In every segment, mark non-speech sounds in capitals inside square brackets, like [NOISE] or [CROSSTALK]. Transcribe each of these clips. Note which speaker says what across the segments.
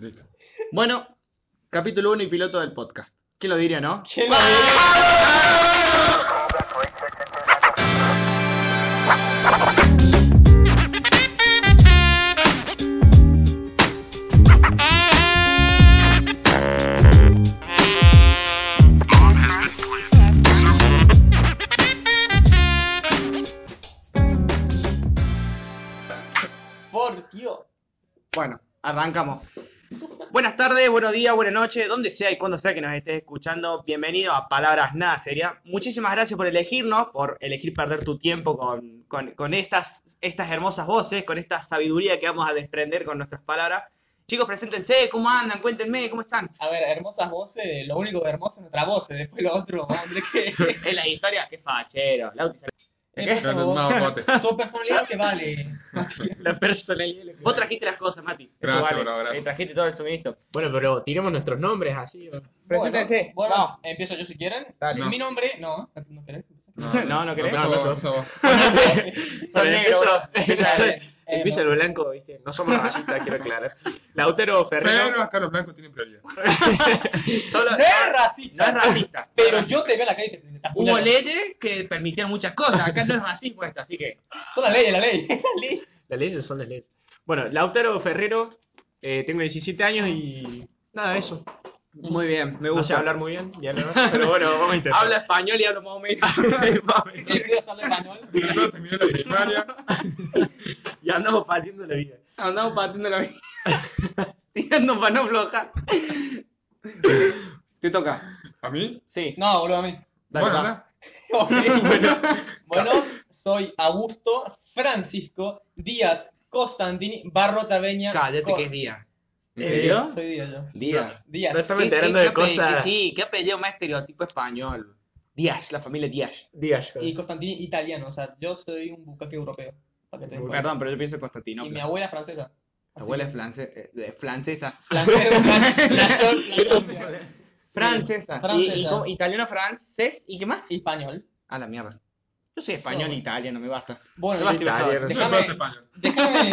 Speaker 1: Listo. Bueno, capítulo 1 y piloto del podcast. ¿Quién lo diría, no?
Speaker 2: ¿Quién lo diría? Por Dios.
Speaker 1: Bueno, arrancamos. Buenas tardes, buenos días, buenas noches, donde sea y cuando sea que nos estés escuchando, bienvenido a Palabras Nada Seria. Muchísimas gracias por elegirnos, por elegir perder tu tiempo con, con- con estas, estas hermosas voces, con esta sabiduría que vamos a desprender con nuestras palabras. Chicos, preséntense, ¿cómo andan? Cuéntenme, ¿cómo están?
Speaker 2: A ver, hermosas voces, lo único hermoso es nuestra voz, después lo otro, hombre, que...
Speaker 1: Es la historia, qué fachero. La,
Speaker 2: Es
Speaker 3: No,
Speaker 2: como
Speaker 3: no, bote.
Speaker 2: tu personalidad que vale.
Speaker 1: personalidad. Vos trajiste las cosas, Mati. Eso
Speaker 3: Gracias,
Speaker 1: vale.
Speaker 3: bro, gracias.
Speaker 1: Eh, Trajiste todo el suministro.
Speaker 4: Bueno, pero tiremos nuestros nombres así. ¿o?
Speaker 1: Preséntense.
Speaker 2: Bueno, bueno,
Speaker 1: Vamos.
Speaker 2: empiezo yo si quieren.
Speaker 1: Dale.
Speaker 3: No.
Speaker 2: Mi nombre, no, no querés.
Speaker 1: No, no querés.
Speaker 3: empezá
Speaker 1: No, no,
Speaker 3: vos, empezá vos.
Speaker 1: Son
Speaker 4: Bueno,
Speaker 1: negros,
Speaker 4: [LAUGHS]
Speaker 1: bro.
Speaker 4: empiezo-
Speaker 2: Eh,
Speaker 4: Empieza
Speaker 2: no.
Speaker 4: lo blanco, ¿viste? No somos racistas, quiero aclarar. Lautero
Speaker 3: Pero
Speaker 4: Ferrero.
Speaker 3: acá los blancos tienen prioridad.
Speaker 1: Solo- Ah,
Speaker 2: No es
Speaker 1: no
Speaker 2: racista,
Speaker 1: es racista.
Speaker 2: pero yo te veo en la calle y te te
Speaker 1: Hubo
Speaker 2: apuñalo.
Speaker 1: leyes que permitían muchas cosas. Acá no es racismo esto, así que.
Speaker 2: Son las leyes, la ley. [LAUGHS] Listo.
Speaker 4: Las leyes son las leyes. Bueno, Lautero Ferrero, eh, tengo 17 años y nada, eso.
Speaker 1: Muy bien, me
Speaker 4: No sé
Speaker 1: gusta
Speaker 4: hablar muy bien, ya no, pero bueno, vamos a intentar.
Speaker 1: Habla español y hablo más o menos.
Speaker 2: Eh, voy a hacerlo en español.
Speaker 3: Yo terminé la primaria.
Speaker 4: Y andamos partiendo la vida.
Speaker 1: Andamos partiendo la vida. Tirando para no aflojar. Te toca.
Speaker 3: ¿A mí?
Speaker 1: Sí.
Speaker 2: No, boludo, a mí. [LAUGHS]
Speaker 1: Dale,
Speaker 3: bueno,
Speaker 1: va.
Speaker 3: anda.
Speaker 2: Ok, bueno, bueno, soy Augusto Francisco Díaz Costantini Barrotaveña.
Speaker 1: Cállate
Speaker 2: Co-
Speaker 1: que es día.
Speaker 3: ¿En
Speaker 1: ¿En
Speaker 3: serio?
Speaker 1: serio?
Speaker 2: Soy Díaz yo.
Speaker 1: Día.
Speaker 2: Díaz.
Speaker 4: No estaba
Speaker 1: ¿Qué-
Speaker 4: enterando
Speaker 1: qué-
Speaker 4: de
Speaker 1: qué apellido-
Speaker 4: cosas.
Speaker 1: Sí, qué apellido más estereotipo español. Díaz, la familia Díaz.
Speaker 4: Díaz.
Speaker 2: Y Costantini italiano, o sea, yo soy un bucaque europeo. para que te des cuenta.
Speaker 1: Perdón, pero yo pienso en
Speaker 2: Y mi
Speaker 1: Constantinopla.
Speaker 2: abuela es francesa.
Speaker 1: Tu abuela es france- eh, de- francesa.
Speaker 2: Francesa, francesa,
Speaker 1: Francesa.
Speaker 2: Francesa.
Speaker 1: Y, y cómo- italiano, francés. ¿Y qué más?
Speaker 2: Español.
Speaker 1: A la mierda. Yo soy español,
Speaker 2: No.
Speaker 1: italiano, me basta.
Speaker 2: Bueno,
Speaker 1: Yo
Speaker 2: y-
Speaker 1: soy italiano.
Speaker 3: Yo
Speaker 2: Déjame-
Speaker 3: no puedo hacer español.
Speaker 2: déjame.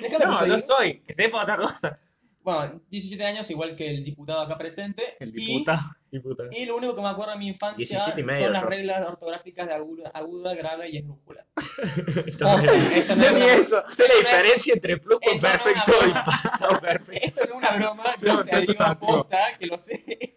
Speaker 2: déjame
Speaker 1: No,
Speaker 2: seguir.
Speaker 1: no soy. Que sepa otra cosa.
Speaker 2: Bueno, 17 años, igual que el diputado acá presente.
Speaker 4: El
Speaker 2: y-
Speaker 4: diputado.
Speaker 2: [LAUGHS]
Speaker 4: Diputado.
Speaker 2: Y, lo único que me acuerdo de mi infancia
Speaker 4: 17 y medio,
Speaker 2: son las
Speaker 4: yo.
Speaker 2: reglas ortográficas de aguda, aguda, grave y esdrújula. Ojo, [LAUGHS]
Speaker 4: Entonces,
Speaker 2: esto no es
Speaker 4: Demi,
Speaker 2: broma.
Speaker 4: eso. Sé la diferencia entre plus con
Speaker 2: Esto no es una
Speaker 4: perfecto y
Speaker 2: broma.
Speaker 4: pasado perfecto.
Speaker 2: Esto es una broma,
Speaker 3: Sí,
Speaker 2: yo te
Speaker 3: eso
Speaker 2: digo
Speaker 3: está activo.
Speaker 2: posta, que lo sé.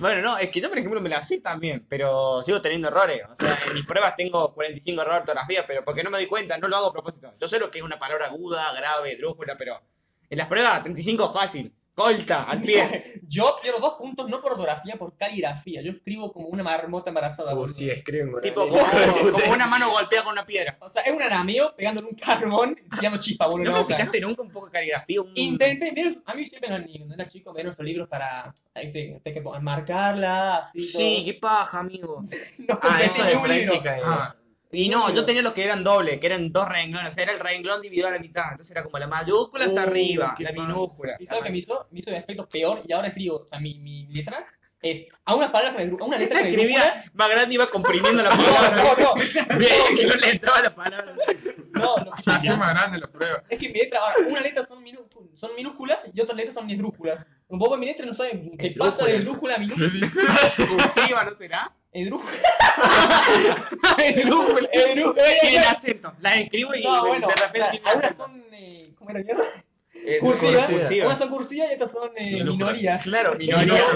Speaker 1: Bueno, no, es que yo, por ejemplo, me la sé también, pero sigo teniendo errores. O sea, en mis pruebas tengo 45 errores de ortografía, pero porque no me doy cuenta, no lo hago a propósito. Yo sé lo que es una palabra aguda, grave, drújula, pero en las pruebas, 35 fácil, colta, al pie.
Speaker 2: Yo pierdo dos puntos no por ortografía, por caligrafía. Yo escribo como una marmota embarazada.
Speaker 4: O
Speaker 2: boludo.
Speaker 4: si Ah, escriben con
Speaker 1: tipo,
Speaker 4: la letra.
Speaker 1: como,
Speaker 4: [LAUGHS]
Speaker 1: como una mano golpeada con una piedra.
Speaker 2: O sea, es un arameo pegándole un carbón y tirando chispa, boludo.
Speaker 1: ¿No
Speaker 2: en la boca.
Speaker 1: practicaste nunca un poco de caligrafía? Un...
Speaker 2: Intenté, vieron, a mí siempre los niños, era chico, me dieron los libros para este, este, que pongan, marcarla, así.
Speaker 1: Sí, qué paja, amigo.
Speaker 2: todo. no
Speaker 4: Ah,
Speaker 2: compré
Speaker 4: eso
Speaker 2: ni
Speaker 4: de
Speaker 2: un libro.
Speaker 4: práctica. eh.
Speaker 3: Ah,
Speaker 1: Y no, yo tenía los que eran doble, que eran dos renglones, o sea, era el renglón dividido a la mitad, entonces era como la mayúscula hasta
Speaker 4: Uh,
Speaker 1: arriba,
Speaker 4: qué
Speaker 1: la
Speaker 4: paja.
Speaker 1: minúscula. Ah,
Speaker 2: ¿Y sabes lo que me hizo? Me hizo de aspecto peor y ahora escribo, o sea, mi, mi letra es a una palabra con el a una letra con el
Speaker 1: Escribía, más grande iba comprimiendo la
Speaker 2: [LAUGHS] No,
Speaker 1: palabra.
Speaker 2: no, no,
Speaker 1: Bien, que no le entraba la palabra.
Speaker 2: no, lo que
Speaker 3: Se hacía Ah, más grande la prueba.
Speaker 2: Es que mi letra, ahora, una letra son, minu- son minúsculas y otras letras son esdrújulas. Un poco mi letra no sabe qué pasa de esdrújula a minúscula.
Speaker 1: Cursiva, ¿no será?
Speaker 2: Esdrújula.
Speaker 1: Esdrújula.
Speaker 2: Esdrújula.
Speaker 1: Tienen acento. Las escribo y
Speaker 2: No, bueno,
Speaker 1: de
Speaker 2: o sea,
Speaker 1: repente tienen
Speaker 2: algunas
Speaker 1: acento.
Speaker 2: son, eh, ¿cómo era mierda?
Speaker 1: Eh,
Speaker 2: Cursivas.
Speaker 4: cursiva.
Speaker 2: Unas son cursivas y otras son eh,
Speaker 3: Minúsculas.
Speaker 2: minorías.
Speaker 1: Claro,
Speaker 3: Minoría.
Speaker 1: minoría.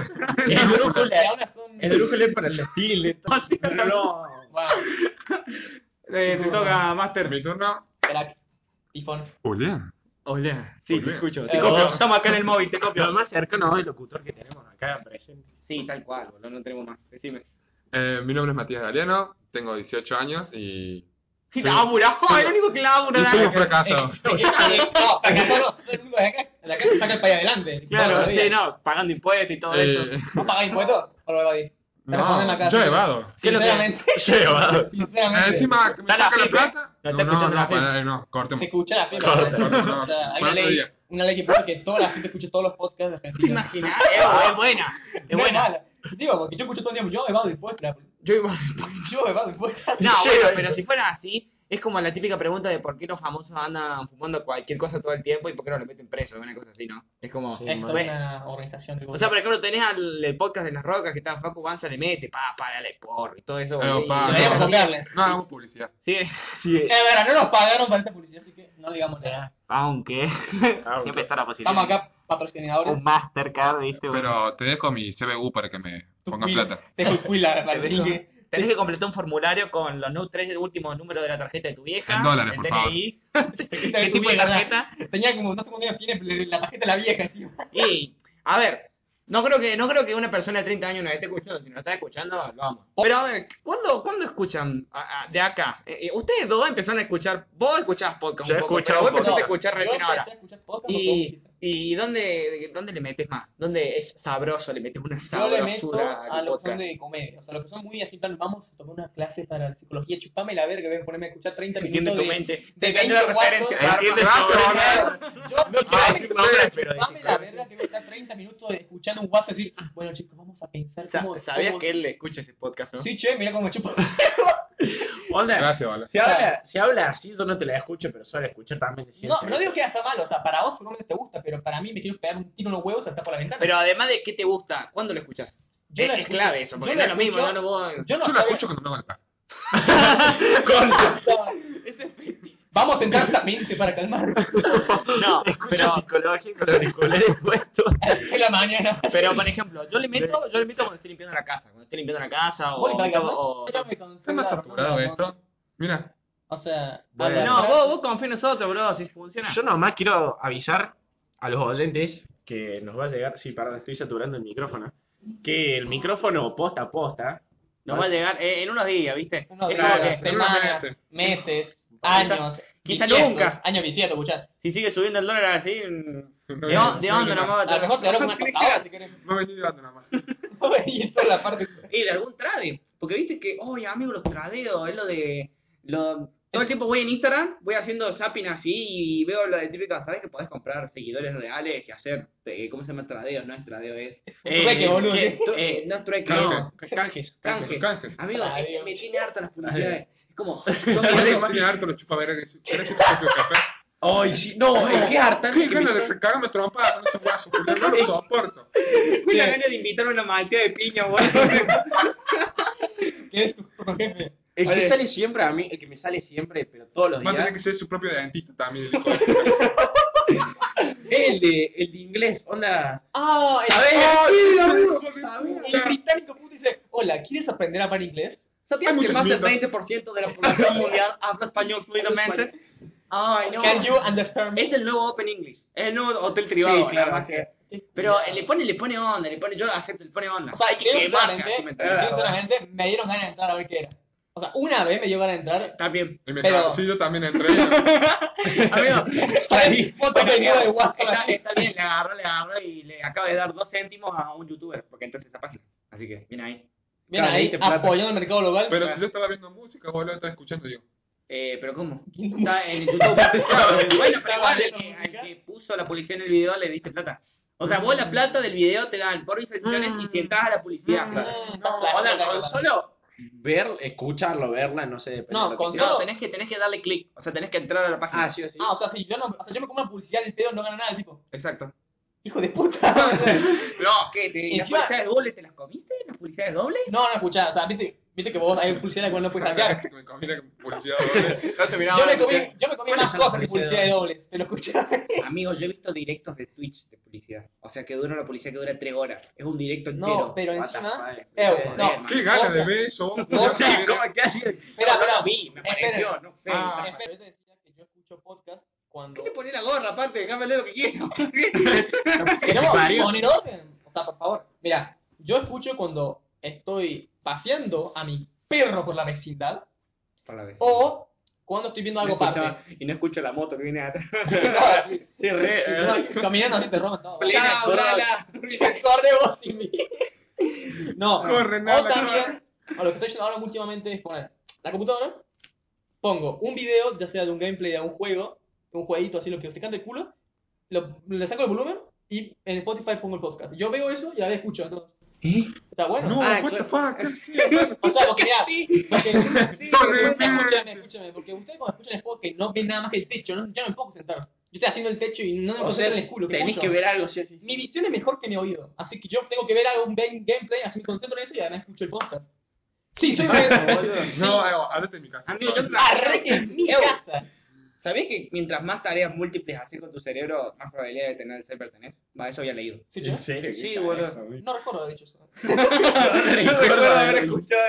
Speaker 2: Y
Speaker 1: Esdrújula.
Speaker 2: algunas son... eh,
Speaker 4: es para [LAUGHS] el desfile.
Speaker 1: Pero no.
Speaker 2: Wow,
Speaker 1: Eh, te toca Master.
Speaker 3: Mi turno.
Speaker 2: crack. Tifón.
Speaker 3: Hola.
Speaker 4: Hola.
Speaker 1: Sí, te
Speaker 3: Muy
Speaker 1: escucho.
Speaker 2: bien.
Speaker 1: Te
Speaker 2: Eh,
Speaker 1: copio.
Speaker 4: vos-
Speaker 1: Estamos acá en el móvil, te
Speaker 4: Lo
Speaker 1: copio.
Speaker 4: más cercano es el locutor que tenemos acá presente.
Speaker 1: Sí, tal cual, boludo, no tenemos más. Decime.
Speaker 3: Eh, mi nombre es Matías Galeano, tengo 18 años y.
Speaker 1: Sí,
Speaker 3: Sí.
Speaker 2: ah,
Speaker 1: labura. Joder, el único que labura.
Speaker 3: Y soy un
Speaker 1: dale.
Speaker 3: fracaso.
Speaker 2: Eh, eh, no, acá no, soy el único de acá. De acá se saca el país adelante.
Speaker 1: Claro,
Speaker 2: Todos los
Speaker 1: sí,
Speaker 2: días.
Speaker 1: no, pagando impuestos y todo eso.
Speaker 3: Eh,
Speaker 2: ¿Vos pagás impuestos? ¿O lo evadís? Respondeme
Speaker 3: no,
Speaker 2: acá.
Speaker 3: yo evado.
Speaker 1: ¿Qué es lo que- [LAUGHS]
Speaker 2: Sinceramente,
Speaker 4: Lleva.
Speaker 3: Eh,
Speaker 2: sinceramente.
Speaker 3: Encima, que me
Speaker 1: Está la
Speaker 3: saca la
Speaker 1: FIP,
Speaker 3: plata.
Speaker 1: No está
Speaker 3: no,
Speaker 1: escuchando la
Speaker 3: no,
Speaker 1: FIP.
Speaker 3: para- no,
Speaker 2: Se
Speaker 3: cortemos.
Speaker 2: escucha la fibra.
Speaker 3: Corta,
Speaker 2: ¿verdad?
Speaker 3: no,
Speaker 2: O sea, hay
Speaker 3: para
Speaker 2: una
Speaker 3: otro
Speaker 2: ley,
Speaker 3: día.
Speaker 2: una ley que pone que toda la gente escuche todos los podcasts de
Speaker 1: ¿Te
Speaker 2: Argentina.
Speaker 1: imaginas? Es buena. Es
Speaker 2: No [LAUGHS] es
Speaker 1: buena.
Speaker 2: mala. Digo, porque yo escucho todo el tiempo, yo me vado de impuestos. la-
Speaker 1: Yo igual.
Speaker 2: Yo me vado de impuestos.
Speaker 1: No,
Speaker 4: Sí,
Speaker 1: bueno,
Speaker 4: bueno.
Speaker 1: pero si fuera así, Es como la típica pregunta de por qué los famosos andan fumando cualquier cosa todo el tiempo y por qué no lo meten preso, una cosa así, ¿no? Es como...
Speaker 4: Sí.
Speaker 2: Es toda
Speaker 1: Ves.
Speaker 2: una organización del
Speaker 1: O sea, por
Speaker 2: gobierno.
Speaker 1: ejemplo, tenés al el podcast de las rocas que está Facu Banza, le mete, pa, pa, dale porro y todo eso.
Speaker 3: No,
Speaker 1: boludo,
Speaker 3: pa,
Speaker 1: y-
Speaker 3: no.
Speaker 2: Deberíamos cambiarle.
Speaker 3: No hagamos publicidad.
Speaker 1: Sí, sí.
Speaker 2: Eh, verá, no nos pagaron para esta publicidad, así que no digamos nada.
Speaker 1: Aunque... Siempre está la posibilidad.
Speaker 2: Estamos acá patrocinadores.
Speaker 1: Un Mastercard, ¿viste?
Speaker 3: Pero te dejo mi CBU para que me
Speaker 2: Tu
Speaker 3: pongas
Speaker 2: cuil-
Speaker 3: plata.
Speaker 2: Te
Speaker 1: [LAUGHS]
Speaker 2: cuila, para
Speaker 1: Te
Speaker 2: que
Speaker 1: digo. Tenés que completar un formulario con los nu- tres últimos números de la tarjeta de tu vieja.
Speaker 3: En dólares,
Speaker 1: el
Speaker 3: por favor.
Speaker 1: DNI,
Speaker 2: ¿Qué
Speaker 1: ¿Qué tipo de tarjeta?
Speaker 2: Tenía como, no sé cómo era, tiene la tarjeta la vieja encima.
Speaker 1: Y, a ver, no creo que no creo que una persona de 30 años nos esté escuchando. Si nos está escuchando, lo amo. Pero a ver, ¿cuándo, ¿cuándo escuchan a- a- de acá? Eh, eh, ustedes dos empezaron a escuchar, vos escuchabas podcast un
Speaker 4: Yo
Speaker 1: poco,
Speaker 4: escuchaba
Speaker 1: pero vos
Speaker 4: un poco.
Speaker 1: empezaste a escuchar recién
Speaker 2: Yo
Speaker 1: ahora.
Speaker 2: empecé a escuchar podcast cuando
Speaker 1: ¿Y,
Speaker 2: vos
Speaker 1: y dónde, dónde le metes más? ¿Dónde es sabroso? ¿Le metes una
Speaker 2: Yo le meto
Speaker 1: sabrosura
Speaker 2: a
Speaker 1: al
Speaker 2: los que
Speaker 1: podcast?
Speaker 2: son de comedia. O sea, los que son muy así, tal, vamos a tomar una clase para psicología, chupame la verga, ven, ponerme a escuchar 30
Speaker 1: Entiende
Speaker 2: minutos
Speaker 1: tu
Speaker 2: de...
Speaker 1: mente.
Speaker 2: de
Speaker 1: Entiende la
Speaker 2: 20 guasos.
Speaker 1: referencia.
Speaker 4: Entiende
Speaker 1: Barba.
Speaker 4: sobre-
Speaker 1: Barba.
Speaker 2: Yo no
Speaker 1: quiero decir nombres, pero
Speaker 2: chupame
Speaker 1: decir
Speaker 2: la
Speaker 1: cosas.
Speaker 2: verga que voy a estar 30 minutos escuchando un guaso decir, "Ah, bueno chicos, vamos a pensar
Speaker 1: Sa-
Speaker 2: cómo...
Speaker 1: Sabías
Speaker 2: cómo-
Speaker 1: que él le escucha ese podcast, ¿no?
Speaker 2: Sí, che, mira cómo
Speaker 1: [LAUGHS]
Speaker 2: chupa.
Speaker 4: Onda,
Speaker 3: Gracias, Bala.
Speaker 4: si habla, si habla así, yo no te la escucho, pero suelo escuchar también. de
Speaker 2: No,
Speaker 4: ciencia.
Speaker 2: no digo que sea malo, o sea, para vos seguramente te gusta, pero para mí me quiero pegar un tiro en los huevos hasta por la ventana.
Speaker 1: Pero además de qué te gusta, ¿cuándo lo escuchas?
Speaker 2: Yo
Speaker 1: es,
Speaker 2: la
Speaker 1: es
Speaker 2: escucho-
Speaker 1: clave eso, porque
Speaker 2: yo
Speaker 1: no
Speaker 2: la
Speaker 1: es lo mismo,
Speaker 2: escucho-
Speaker 1: no lo puedo...
Speaker 2: yo no
Speaker 3: Yo la
Speaker 2: sabía-
Speaker 3: escucho cuando me hago acá.
Speaker 2: Vamos a sentar esta mente para calmar.
Speaker 1: [LAUGHS] No, pero,
Speaker 4: psicológico, los auriculares puestos.
Speaker 2: En la mañana.
Speaker 1: pero por ejemplo, yo le meto, yo le meto cuando estoy limpiando la casa, cuando estoy limpiando la casa o...
Speaker 2: Voy para
Speaker 1: meto-
Speaker 2: casa.
Speaker 1: o-
Speaker 2: Yo me concentra,
Speaker 3: ¿Está más saturado
Speaker 2: no,
Speaker 3: esto? Mira,
Speaker 2: O sea,
Speaker 3: Bueno.
Speaker 1: No, vos, vos confía en nosotros, bro, si funciona.
Speaker 4: Yo nomás quiero avisar a los oyentes que nos va a llegar. Sí, perdón, estoy saturando el micrófono. Que el micrófono posta a posta.
Speaker 1: Nos va a llegar eh, en unos días, ¿viste? Es
Speaker 2: unos
Speaker 1: como
Speaker 2: días,
Speaker 1: que
Speaker 3: en unos
Speaker 2: semanas,
Speaker 3: meses.
Speaker 2: meses,
Speaker 1: Quizá-
Speaker 2: años.
Speaker 1: quizá
Speaker 2: bisietos,
Speaker 1: nunca.
Speaker 2: Año bisieto, escuchás.
Speaker 1: si sigue subiendo el dólar así... mm,
Speaker 3: No,
Speaker 1: ¿De,
Speaker 3: no,
Speaker 1: dónde- de
Speaker 3: no,
Speaker 1: dónde
Speaker 3: no,
Speaker 1: nos
Speaker 3: no.
Speaker 1: va
Speaker 2: A
Speaker 1: a
Speaker 2: lo mejor te hará una patadora si querés.
Speaker 3: Me vendí dando nada más.
Speaker 2: [LAUGHS] Y esa es la parte.
Speaker 1: Y de algún trade. Porque viste que, oye, amigo, los tradeos, es lo de. Lo, todo el tiempo voy en Instagram, voy haciendo zapping así y veo lo de típica, ¿sabes? Que podés comprar seguidores reales y hacer, eh, ¿cómo se llama? Tradeos, no es tradeo, es.
Speaker 2: Trueque, boludo.
Speaker 1: que- tru- eh, no es trueque, no.
Speaker 4: Canjes,
Speaker 1: Canje.
Speaker 3: Canje.
Speaker 1: Amigo,
Speaker 2: Tradeo.
Speaker 1: me, me tiene harta las publicidades. Es como. son
Speaker 3: Yo
Speaker 1: videos-
Speaker 3: tiene harto los chupaveras que si querés que te saque un café.
Speaker 1: Ay, sí, no, es que harta. que
Speaker 3: Qué
Speaker 1: me
Speaker 3: ganas
Speaker 1: son-
Speaker 3: de cagarme trompada con ese guaso, porque no lo soporto.
Speaker 1: Fui la gana de invitarme a una malteada de piña, boludo.
Speaker 2: ¿Qué es tu jefe?
Speaker 4: El
Speaker 1: Oye.
Speaker 4: que sale siempre a mí, el que me sale siempre, pero todos los
Speaker 3: Va a tener
Speaker 1: [LAUGHS]
Speaker 3: que
Speaker 4: días.
Speaker 3: ser su propio dentista también, el hijo de-
Speaker 4: Es el de, el de inglés, onda.
Speaker 2: Ah, el-
Speaker 4: ¿Sabés?
Speaker 3: ¡Ay, sí, amigo, hijo de
Speaker 2: el
Speaker 3: puta!
Speaker 2: británico puto dice: Hola, ¿quieres aprender a hablar inglés?
Speaker 1: ¿Sabías
Speaker 3: Hay
Speaker 1: que
Speaker 3: muchos
Speaker 1: más del
Speaker 3: mitos.
Speaker 1: 20% de la población mundial habla español fluidamente? Ay, no.
Speaker 2: Can you understand me?
Speaker 1: Es el nuevo Open English. Es el nuevo Hotel Tribado.
Speaker 4: Sí, claro,
Speaker 1: además
Speaker 4: sí.
Speaker 1: que- Pero eh, le pone, le pone onda, le pone, yo acepto, le pone onda.
Speaker 2: O sea, y creo
Speaker 1: Que
Speaker 2: que
Speaker 1: marcha
Speaker 2: solamente,
Speaker 1: su mentalidad.
Speaker 2: creo que solamente me dieron ganas de entrar a ver qué era. O sea, una vez me dio ganas de entrar.
Speaker 1: Está
Speaker 3: [LAUGHS]
Speaker 1: bien.
Speaker 3: Y me
Speaker 2: Pero-
Speaker 3: cago, sí, yo también entré.
Speaker 1: Amigo,
Speaker 2: [LAUGHS] Ahí, foto que dio de WhatsApp.
Speaker 1: está, está bien, le agarró, le agarró y le acaba de dar dos céntimos a un youtuber, porque entonces esta página. Así que, viene ahí.
Speaker 2: Bien
Speaker 4: Claro,
Speaker 2: ahí,
Speaker 4: diste plata.
Speaker 2: apoyando el mercado global.
Speaker 3: Pero si yo estaba viendo música, boludo, estaba escuchando, digo.
Speaker 1: Eh, pero ¿cómo? Está en YouTube. Claro, bueno, pero igual eh, al que, al que puso la publicidad en el video le diste plata. O sea, vos la plata del video te la dan por visualizaciones y si entras a la publicidad.
Speaker 2: Mm,
Speaker 1: No,
Speaker 2: plata,
Speaker 1: hola,
Speaker 2: plata,
Speaker 1: con
Speaker 2: plata.
Speaker 1: solo
Speaker 4: Ver, escucharlo, verla, no sé. depende
Speaker 2: No,
Speaker 4: de lo que
Speaker 2: con-
Speaker 4: quieras.
Speaker 1: No, tenés que, tenés que darle clic. O sea, tenés que entrar a la página.
Speaker 4: Ah, sí, sí.
Speaker 2: Ah, o sea, si yo, no, o sea, yo me como una publicidad del pedo, no gana nada el tipo.
Speaker 1: Exacto.
Speaker 2: Hijo
Speaker 1: [LAUGHS]
Speaker 2: de puta.
Speaker 1: No, ¿qué? Te, ¿Las
Speaker 2: Encima-
Speaker 1: publicidades dobles te las comiste? ¿Las publicidades dobles?
Speaker 2: no, no escuchá. O sea, viste, viste que vos hay publicidad con no puedes hackear.
Speaker 3: Que me comí la publicidad, boludo.
Speaker 1: No te
Speaker 2: Yo me comí, yo me comí
Speaker 4: ¿Cuáles
Speaker 2: más
Speaker 4: son las
Speaker 2: cosas que publicidad de doble. Te lo escuchá.
Speaker 1: Amigo, yo he visto directos de Twitch de publicidad. O sea, que dura una publicidad que dura tres horas. Es un directo entero.
Speaker 2: No, pero
Speaker 4: What the
Speaker 2: encima.
Speaker 4: fuck.
Speaker 2: Eh,
Speaker 4: [LAUGHS]
Speaker 2: no,
Speaker 3: Qué ganas de ver eso. vos,
Speaker 2: No,
Speaker 3: boludo.
Speaker 2: sí,
Speaker 1: ¿Cómo que así?
Speaker 2: Espera,
Speaker 1: no, no
Speaker 2: espera.
Speaker 1: lo vi, me pareció, no sé.
Speaker 3: Ah.
Speaker 2: espera, yo te decía que yo escucho podcast cuando.
Speaker 1: ¿Qué te pones la gorra aparte? Déjame leer lo que quiero.
Speaker 2: Queremos
Speaker 4: Varios.
Speaker 2: poner orden. O sea, por favor. Mira, yo escucho cuando estoy paseando a mi perro por la vecindad o cuando estoy viendo algo aparte. [LAUGHS]
Speaker 1: Y no escucho la moto que viene
Speaker 4: [LAUGHS]
Speaker 1: atrás. Sí,
Speaker 4: eh.
Speaker 2: No, [LAUGHS] Caminando así te roban todo.
Speaker 1: Plena
Speaker 2: Corre- Corre vos y mí. No.
Speaker 3: Corre,
Speaker 2: o
Speaker 3: nada,
Speaker 2: también, a lo que estoy haciendo ahora últimamente es poner la computadora, pongo un video, ya sea de un gameplay de un juego, un jueguito así, lo que te cante el culo, lo- le saco el volumen y en Spotify pongo el podcast. Yo veo eso y a la vez escucho. Entonces,
Speaker 4: ¿Eh?
Speaker 2: Está bueno.
Speaker 4: No,
Speaker 1: Ah,
Speaker 4: what the fuck.
Speaker 2: O sea,
Speaker 1: [LAUGHS]
Speaker 2: porque mirá, porque- porque- escúchame, escúchame, porque ustedes cuando escuchan el podcast no ven nada más que el techo, no, yo no me puedo concentrar. Yo estoy haciendo el techo y no me puedo
Speaker 1: O sea,
Speaker 2: concentrar en el culo.
Speaker 1: tenés
Speaker 2: escucho.
Speaker 1: que ver algo, sí, sí.
Speaker 2: Mi visión es mejor que mi oído, así que yo tengo que ver algún game- gameplay, así me concentro en eso y además escucho el podcast. Sí,
Speaker 1: [LAUGHS]
Speaker 2: soy
Speaker 4: boludo.
Speaker 2: re...
Speaker 3: No, Evo, háblate en mi casa.
Speaker 5: Amigo, yo
Speaker 2: Arre que es mi
Speaker 1: Evo.
Speaker 2: casa.
Speaker 1: ¿Sabías que mientras más tareas múltiples haces con tu cerebro, más probabilidad de tener ser pertenez? Va, eso había [LAUGHS] leído.
Speaker 2: Sí, yo-
Speaker 4: ¿En serio?
Speaker 1: Sí,
Speaker 4: Qué
Speaker 1: boludo.
Speaker 4: carajo, güey.
Speaker 2: No recuerdo, de hecho, eso.
Speaker 1: [LAUGHS] Recuerdo haber
Speaker 4: eh.
Speaker 1: escuchado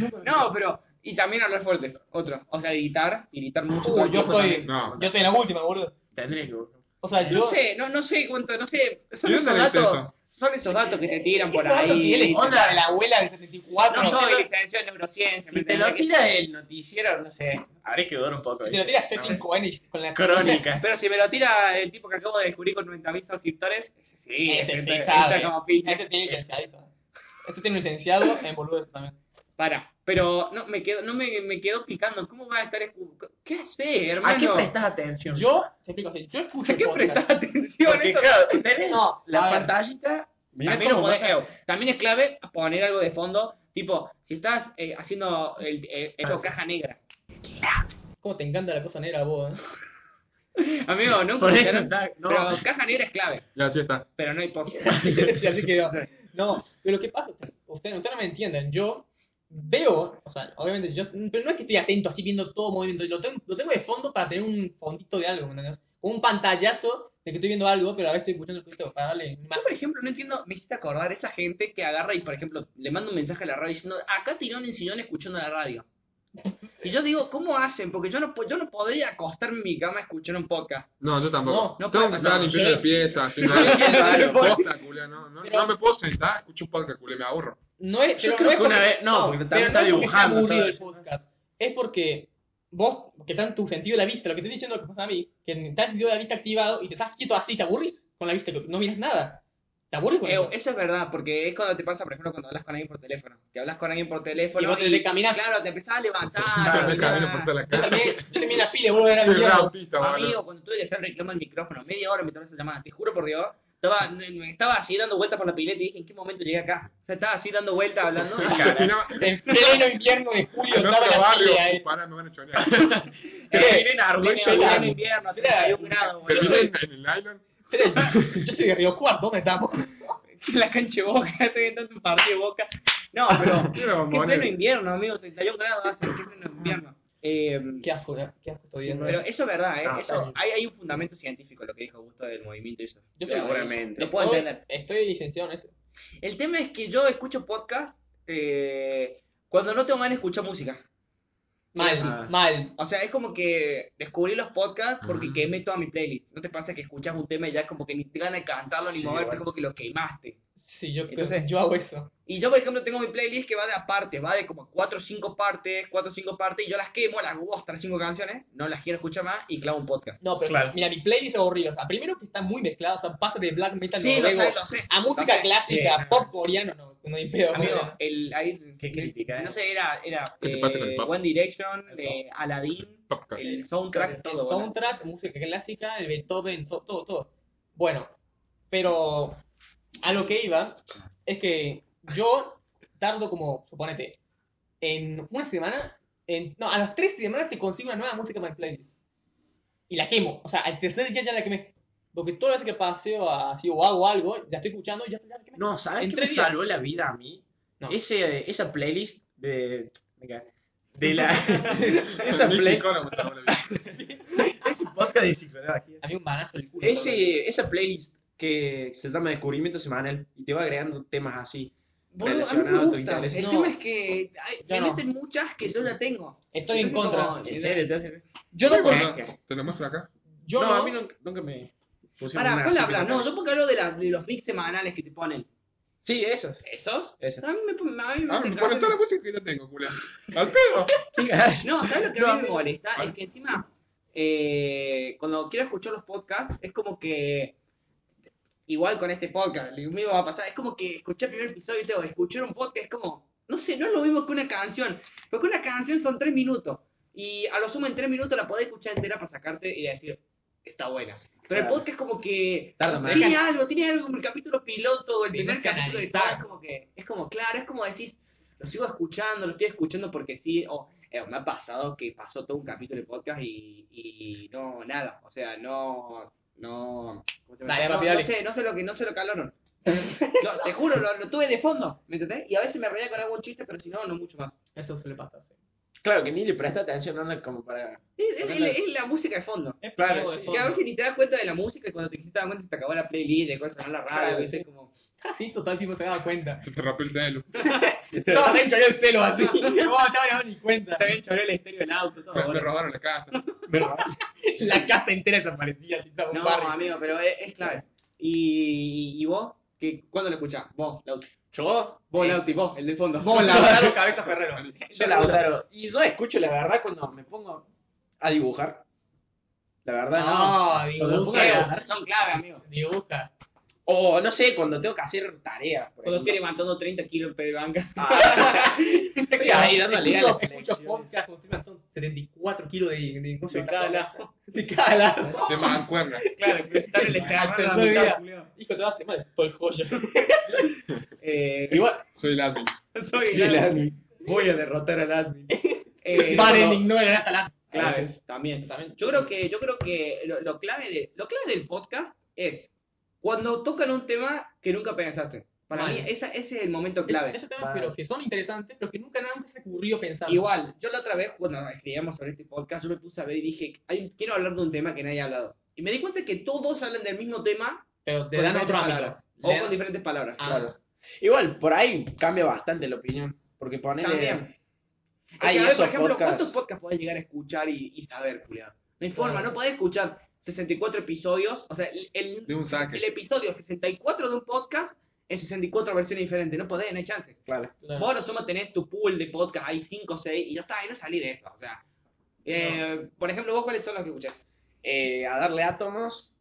Speaker 1: eso. No, pero. Y también hablar fuerte. Otra. O sea, editar. Editar mucho.
Speaker 2: Uh, yo estoy,
Speaker 3: No.
Speaker 2: yo estoy en la última, boludo.
Speaker 4: Tendré que buscar.
Speaker 2: O sea, yo...
Speaker 1: No sé, no, no sé cuánto, no sé. Son
Speaker 3: ¿Y
Speaker 1: esos
Speaker 3: dónde leíste
Speaker 1: datos.
Speaker 3: eso?
Speaker 1: Son esos datos que te tiran por
Speaker 2: Esos datos que él
Speaker 1: ahí.
Speaker 2: escucha de la abuela del 74.
Speaker 1: No soy licenciado en neurociencia. Si me te tendré lo que- tira el noticiero, no sé.
Speaker 4: Habré que dudar un poco.
Speaker 2: Si
Speaker 4: ahí.
Speaker 2: te lo tiras C5N con la
Speaker 4: [LAUGHS] Crónica.
Speaker 1: Pero si me lo tira el tipo que acabo de descubrir con 90.000 suscriptores, sí,
Speaker 2: Ese
Speaker 1: ese
Speaker 2: sí
Speaker 1: está-
Speaker 4: Ah,
Speaker 2: sabe.
Speaker 1: está como pinche.
Speaker 2: Ese tiene licenciadito. Ese Este tiene un licenciado en boludo también.
Speaker 1: Para, pero no me quedo, no me, me quedo picando. ¿Cómo va a estar escu- ¿Qué sé, hermano?
Speaker 4: ¿A qué prestas atención?
Speaker 2: Yo, te explico así, yo escucho
Speaker 1: ¿A
Speaker 2: el
Speaker 1: qué prestas
Speaker 2: podcast. Ah,
Speaker 1: atención?
Speaker 4: Porque,
Speaker 1: Eso-
Speaker 4: [LAUGHS] claro, tenés
Speaker 2: No,
Speaker 1: la
Speaker 2: a ver.
Speaker 1: pantallita.
Speaker 4: Mirá
Speaker 1: también,
Speaker 4: cómo
Speaker 1: lo podés-
Speaker 4: [LAUGHS] pasa.
Speaker 1: eh, también es clave poner algo de fondo, tipo, si estás eh, haciendo el,
Speaker 4: Ah,
Speaker 1: eh, esto, caja negra. [LAUGHS]
Speaker 2: Cómo te encanta la cosa negra a vos, [LAUGHS] eh.
Speaker 1: Amigo, nunca
Speaker 4: Por
Speaker 1: me
Speaker 4: eso
Speaker 1: dijeron-
Speaker 4: está. No.
Speaker 1: Pero caja negra es clave,
Speaker 3: Ya, así está.
Speaker 1: pero no hay poco.
Speaker 2: Sí, así que no. No, pero lo que pasa, ustedes ustedes no me entienden, yo veo, o sea, obviamente yo, pero no es que estoy atento así viendo todo movimiento, lo tengo, lo tengo de fondo para tener un fondito de algo, ¿me entendés? Un pantallazo de que estoy viendo algo, pero a veces estoy escuchando el poquito para darle más.
Speaker 1: Yo, por ejemplo, no entiendo, me hiciste acordar esa gente que agarra y, por ejemplo, le manda un mensaje a la radio diciendo, acá tirón en sillón escuchando la radio. Y yo digo, ¿cómo hacen? Porque yo no, po- yo no podría acostarme en mi cama a escuchar un podcast.
Speaker 3: No, yo tampoco.
Speaker 1: No, no puede
Speaker 3: Tengo que
Speaker 1: pasar.
Speaker 3: estar limpiando
Speaker 2: Yo-
Speaker 3: la pieza, haciendo
Speaker 1: [LAUGHS] Claro.
Speaker 3: [LAUGHS] posta, culé, no, no,
Speaker 2: Pero-
Speaker 3: no me puedo sentar, escucho un podcast, culé, me ahorro.
Speaker 2: No es,
Speaker 4: Yo
Speaker 2: pero
Speaker 4: creo
Speaker 2: no es
Speaker 4: que una
Speaker 2: porque-
Speaker 4: vez- no, porque también
Speaker 2: pero
Speaker 4: está
Speaker 2: no es porque sea
Speaker 4: dibujando,
Speaker 2: aburrido el
Speaker 4: está-
Speaker 2: podcast. Es porque vos, que está en tu sentido de la vista, lo que estoy diciendo que pasa a mí, que está el sentido de la vista activado y te estás quieto así, te aburrís con la vista, no miras nada. Te aburres con
Speaker 1: Eh,
Speaker 2: eso.
Speaker 1: eso es verdad, porque es cuando te pasa, por ejemplo, cuando hablas con alguien por teléfono. Que hablas con alguien por teléfono
Speaker 2: Y vos tenés que caminar.
Speaker 1: Claro, te empezás a levantar.
Speaker 3: Claro, me
Speaker 1: boludo.
Speaker 3: camino por toda
Speaker 2: [LAUGHS]
Speaker 3: la
Speaker 2: Yo
Speaker 3: casa.
Speaker 2: también, yo también la pile, boludo, era mi
Speaker 3: Soy re
Speaker 2: mierda.
Speaker 3: autista,
Speaker 1: Amigo,
Speaker 3: [LAUGHS] boludo.
Speaker 1: cuando tuve que hacer reclamo al micrófono, media hora me tomé esa llamada, te juro por Dios. Estaba, me estaba así dando vueltas por la pileta y dije, ¿en qué momento llegué acá? O sea, estaba así dando vueltas
Speaker 3: [LAUGHS]
Speaker 1: hablando. y-
Speaker 3: Terminaba-
Speaker 2: En pleno invierno de julio,
Speaker 3: En
Speaker 2: estaba
Speaker 3: otro
Speaker 2: la eh.
Speaker 3: barrio,
Speaker 2: pile ahí.
Speaker 3: pará, me van a chorear.
Speaker 1: Terminé en
Speaker 2: Mira,
Speaker 1: Armenia, en
Speaker 2: mira,
Speaker 1: invierno, a
Speaker 2: mira,
Speaker 1: 31 grados, boludo.
Speaker 3: Terminé en en el nylon.
Speaker 2: Yo soy de Río Cuarto, ¿dónde estamos?
Speaker 1: En [LAUGHS] la cancha de Boca, estoy viendo un partido de Boca. No,
Speaker 3: [LAUGHS]
Speaker 1: pero
Speaker 3: Quiero
Speaker 1: qué pleno
Speaker 3: bombones.
Speaker 1: invierno, amigo, 31 grados hace, qué pleno invierno. Eh,
Speaker 2: Qué asco, qué asco estoy
Speaker 1: sí,
Speaker 2: viendo.
Speaker 1: pero eso es verdad, ¿eh?
Speaker 4: No,
Speaker 1: eso,
Speaker 4: sí.
Speaker 1: Hay, hay un fundamento científico lo que dijo Gusto del movimiento y eso.
Speaker 2: Yo soy-
Speaker 1: Lo puedo
Speaker 2: Estoy-
Speaker 1: entender.
Speaker 2: Estoy licenciado en eso.
Speaker 1: El tema es que yo escucho podcast eh, cuando no tengo ganas de escuchar música.
Speaker 2: Mal,
Speaker 4: Ah.
Speaker 2: mal.
Speaker 1: O sea, es como que descubrí los podcasts porque
Speaker 3: Ah.
Speaker 1: quemé toda mi playlist. ¿No te pasa que escuchas un tema y ya es como que ni te ganas de cantarlo ni
Speaker 4: Sí,
Speaker 1: moverte,
Speaker 4: igual.
Speaker 1: es como que lo quemaste?
Speaker 2: Sí, yo,
Speaker 1: Entonces-
Speaker 2: yo hago eso.
Speaker 1: Y yo, por ejemplo, tengo mi playlist que va de a partes, va de como 4 o 5 partes, 4 o 5 partes, y yo las quemo, las hago 3 cinco canciones, no las quiero escuchar más y clavo un podcast.
Speaker 2: No, pero
Speaker 4: Claro.
Speaker 2: mira, mi playlist es aburrida. O sea, primero que está muy mezclado, o sea, pasa de black metal
Speaker 1: Sí, lo
Speaker 2: noruego
Speaker 1: sé, lo sé.
Speaker 2: a música
Speaker 1: lo sé.
Speaker 2: clásica,
Speaker 4: Sí.
Speaker 2: pop coreano, no, no hay pedo.
Speaker 1: Amigo,
Speaker 2: coreano.
Speaker 1: el, ahí,
Speaker 4: Qué crítica, eh.
Speaker 1: no sé, era, era
Speaker 3: ¿Qué te
Speaker 1: eh,
Speaker 3: pasa con el pop?
Speaker 1: One Direction, eh, Aladdin,
Speaker 3: Podcast.
Speaker 1: el soundtrack,
Speaker 2: el
Speaker 1: todo. boludo.
Speaker 2: soundtrack, música clásica, el Beethoven, to- todo, todo. Bueno, pero a lo que iba es que yo tardo como, suponete, en una semana, en, no, a las tres semanas te consigo una nueva música para el playlist. Y la quemo. O sea, al tercer día ya la quemé. Porque todas las veces que paseo así o hago algo, la estoy escuchando y ya, ya la quemé.
Speaker 4: No, ¿sabes qué
Speaker 2: Entre
Speaker 4: me
Speaker 2: días.
Speaker 4: salvó la vida a mí?
Speaker 2: No.
Speaker 4: Ese, esa playlist de. venga, [LAUGHS]
Speaker 3: [LAUGHS]
Speaker 4: De la. esa
Speaker 3: Mi
Speaker 4: play,
Speaker 3: psicólogo me salvó la vida.
Speaker 4: ese podcast de psicología.
Speaker 2: A mí un banazo en el
Speaker 4: Eh,
Speaker 2: culo.
Speaker 4: Ese, esa playlist que se llama Descubrimiento Semanal y te va agregando temas así.
Speaker 1: Boludo, a mí
Speaker 4: relacionado
Speaker 1: me
Speaker 4: a tu
Speaker 1: gusta.
Speaker 4: interés.
Speaker 1: El
Speaker 2: No.
Speaker 1: tema es que hay-
Speaker 2: Yo
Speaker 1: me
Speaker 2: no.
Speaker 1: meten muchas que yo ya tengo.
Speaker 2: Estoy en
Speaker 1: Entonces,
Speaker 2: contra.
Speaker 1: como-
Speaker 4: ¿En serio? ¿Te hace-
Speaker 2: Yo no,
Speaker 3: Bueno,
Speaker 4: ¿Qué?
Speaker 3: Te lo muestro acá.
Speaker 2: yo
Speaker 4: no,
Speaker 2: no,
Speaker 4: a mí nunca, nunca me. pusieron
Speaker 1: Pará,
Speaker 4: una
Speaker 1: ¿cuál
Speaker 4: así
Speaker 1: habla?
Speaker 4: que
Speaker 1: No, yo porque hablo de, las de los mix semanales que te ponen.
Speaker 4: Sí, esos.
Speaker 1: ¿Esos?
Speaker 4: Esos. [LAUGHS]
Speaker 1: A mí me, pon- a mí me
Speaker 3: Ah,
Speaker 1: meten
Speaker 3: me ponen
Speaker 1: canciones-
Speaker 3: toda la música que yo tengo, culé. Al pedo.
Speaker 1: [LAUGHS] No, ¿sabes lo que
Speaker 4: No,
Speaker 1: a
Speaker 4: a
Speaker 1: mí
Speaker 4: mí-
Speaker 1: me molesta?
Speaker 3: Vale.
Speaker 1: Es que encima, eh, cuando quiero escuchar los podcasts, es como que. Igual con este podcast, lo mismo va a pasar. Es como que escuché el primer episodio y tengo que escuchar un podcast, es como. No sé, no es lo mismo que una canción. Porque una canción son tres minutos. Y a lo sumo en tres minutos la podés escuchar entera para sacarte y decir, está buena. Pero el
Speaker 4: Claro.
Speaker 1: podcast como que
Speaker 5: Tarda más.
Speaker 1: tiene algo, tiene algo como el capítulo piloto, el
Speaker 2: Tenés
Speaker 1: primer
Speaker 2: que
Speaker 1: capítulo de
Speaker 2: analizar.
Speaker 1: todo, es como que, es como, claro, es como decís, lo sigo escuchando, lo estoy escuchando porque sí, o eh, me ha pasado que pasó todo un capítulo de podcast y, y no, nada, o sea, no, no, ¿cómo se llama?
Speaker 2: Dale,
Speaker 1: no,
Speaker 2: rápido,
Speaker 1: no
Speaker 2: dale.
Speaker 1: sé, no sé lo que, no sé lo que hablaron. No, te juro, lo, lo tuve de fondo, ¿me entendés? Y a veces me reía con algún chiste, pero si no, no mucho más.
Speaker 2: Eso se le pasa, sí.
Speaker 4: Claro, que ni le presta atención, anda como para.
Speaker 1: Es, es-
Speaker 4: Ponele.
Speaker 1: es la música de fondo.
Speaker 2: Es
Speaker 4: Claro,
Speaker 2: algo de
Speaker 4: sí,
Speaker 1: Que a
Speaker 2: fondo.
Speaker 1: veces ni te das cuenta de la música y cuando te quisiste dar cuenta se te acabó la playlist, dejó de sonar la radio,
Speaker 4: Claro,
Speaker 1: y es
Speaker 4: sí.
Speaker 1: como...
Speaker 2: "Ah, Sí, total, tipo, se daba cuenta. [LAUGHS]
Speaker 3: Se te rompió el telu.
Speaker 1: [LAUGHS]
Speaker 2: Estaba bien choreo el pelo así. No, estaba daba ni cuenta.
Speaker 1: Está bien choreo el estéreo del auto, todo.
Speaker 3: Me, me
Speaker 1: boludo.
Speaker 3: robaron la casa.
Speaker 4: [LAUGHS] Pero-
Speaker 2: [LAUGHS] La casa entera desaparecía, así, estaba un
Speaker 1: No,
Speaker 2: barrio.
Speaker 1: amigo, pero es, es clave. ¿Y, y vos? ¿Qué, ¿Cuándo lo escuchás? Vos, Lauti.
Speaker 4: yo,
Speaker 1: Vos,
Speaker 4: eh,
Speaker 1: Lauti, vos, el del fondo. [LAUGHS]
Speaker 2: Vos, Lautaro Cabeza Ferrero.
Speaker 4: yo la Lautaro. Y yo escucho la verdad cuando me pongo a dibujar. La verdad, no.
Speaker 2: No,
Speaker 4: Cuando ponga a
Speaker 2: dibuja.
Speaker 4: dibujar,
Speaker 1: Son clave, amigo.
Speaker 2: Dibuja.
Speaker 4: O no sé, cuando tengo que hacer tareas. por
Speaker 1: Cuando estoy
Speaker 4: ejemplo.
Speaker 1: levantando 30 kilos en Pedebanca.
Speaker 4: Ah, estoy ahí dándole a
Speaker 2: Escucho,
Speaker 4: las
Speaker 2: escucho
Speaker 4: flexiones.
Speaker 2: podcast, como si fueran- son 74 kilos de... de, de
Speaker 1: Se cala.
Speaker 2: [LAUGHS] Se cala.
Speaker 3: Se llaman cuernas.
Speaker 1: Claro, pero estar en el
Speaker 2: Pero
Speaker 1: extracto. de
Speaker 2: no
Speaker 1: la
Speaker 2: diga,
Speaker 1: mitad, culiao.
Speaker 2: Hijo, te vas a hacer mal. Estoy joya.
Speaker 1: Eh,
Speaker 4: Igual,
Speaker 3: Soy el admin.
Speaker 1: [LAUGHS] soy
Speaker 4: sí, el admin. Voy a derrotar al [LAUGHS] admin.
Speaker 1: Eh, [LAUGHS]
Speaker 2: Varen,
Speaker 1: no,
Speaker 2: ignora hasta la...
Speaker 1: clave,
Speaker 4: Gracias.
Speaker 1: también. Yo creo que, yo creo que lo, lo clave de, lo clave del podcast es cuando tocan un tema que nunca pensaste. Para
Speaker 2: Vale.
Speaker 1: mí, esa, ese es el momento clave.
Speaker 2: Esos temas
Speaker 4: Claro.
Speaker 2: pero que son interesantes, pero que nunca nunca se ocurrió pensar.
Speaker 1: Igual, yo la otra vez, cuando escribíamos sobre este podcast, yo me puse a ver y dije, "Ay, quiero hablar de un tema que nadie ha hablado. Y me di cuenta que todos hablan del mismo tema
Speaker 2: Pero te
Speaker 1: con
Speaker 2: dan
Speaker 1: diferentes
Speaker 2: otro ámbito.
Speaker 1: palabras. pues,
Speaker 2: Le
Speaker 1: O con
Speaker 2: dan-
Speaker 1: diferentes palabras.
Speaker 2: Ah,
Speaker 4: Claro. Igual, por ahí cambia bastante la opinión. Porque
Speaker 1: También.
Speaker 4: ponele.
Speaker 1: Es que,
Speaker 4: Hay
Speaker 1: a ver, por
Speaker 4: esos
Speaker 1: ejemplo, ¿cuántos
Speaker 4: podcasts.
Speaker 1: podcasts podés llegar a escuchar y, y saber, Julián? No hay forma,
Speaker 2: Claro.
Speaker 1: no podés escuchar 64 episodios. O sea, el, el-
Speaker 3: De un saque.
Speaker 1: el episodio 64 de un podcast en 64 versiones diferentes. No podés, no hay chance.
Speaker 4: Claro.
Speaker 2: claro.
Speaker 1: Vos a lo sumo tenés tu pool de podcast, hay 5 o 6, y ya está, y no salí de eso. O sea, eh, por ejemplo, ¿vos cuáles son los que escuchás?
Speaker 4: Eh, a darle átomos.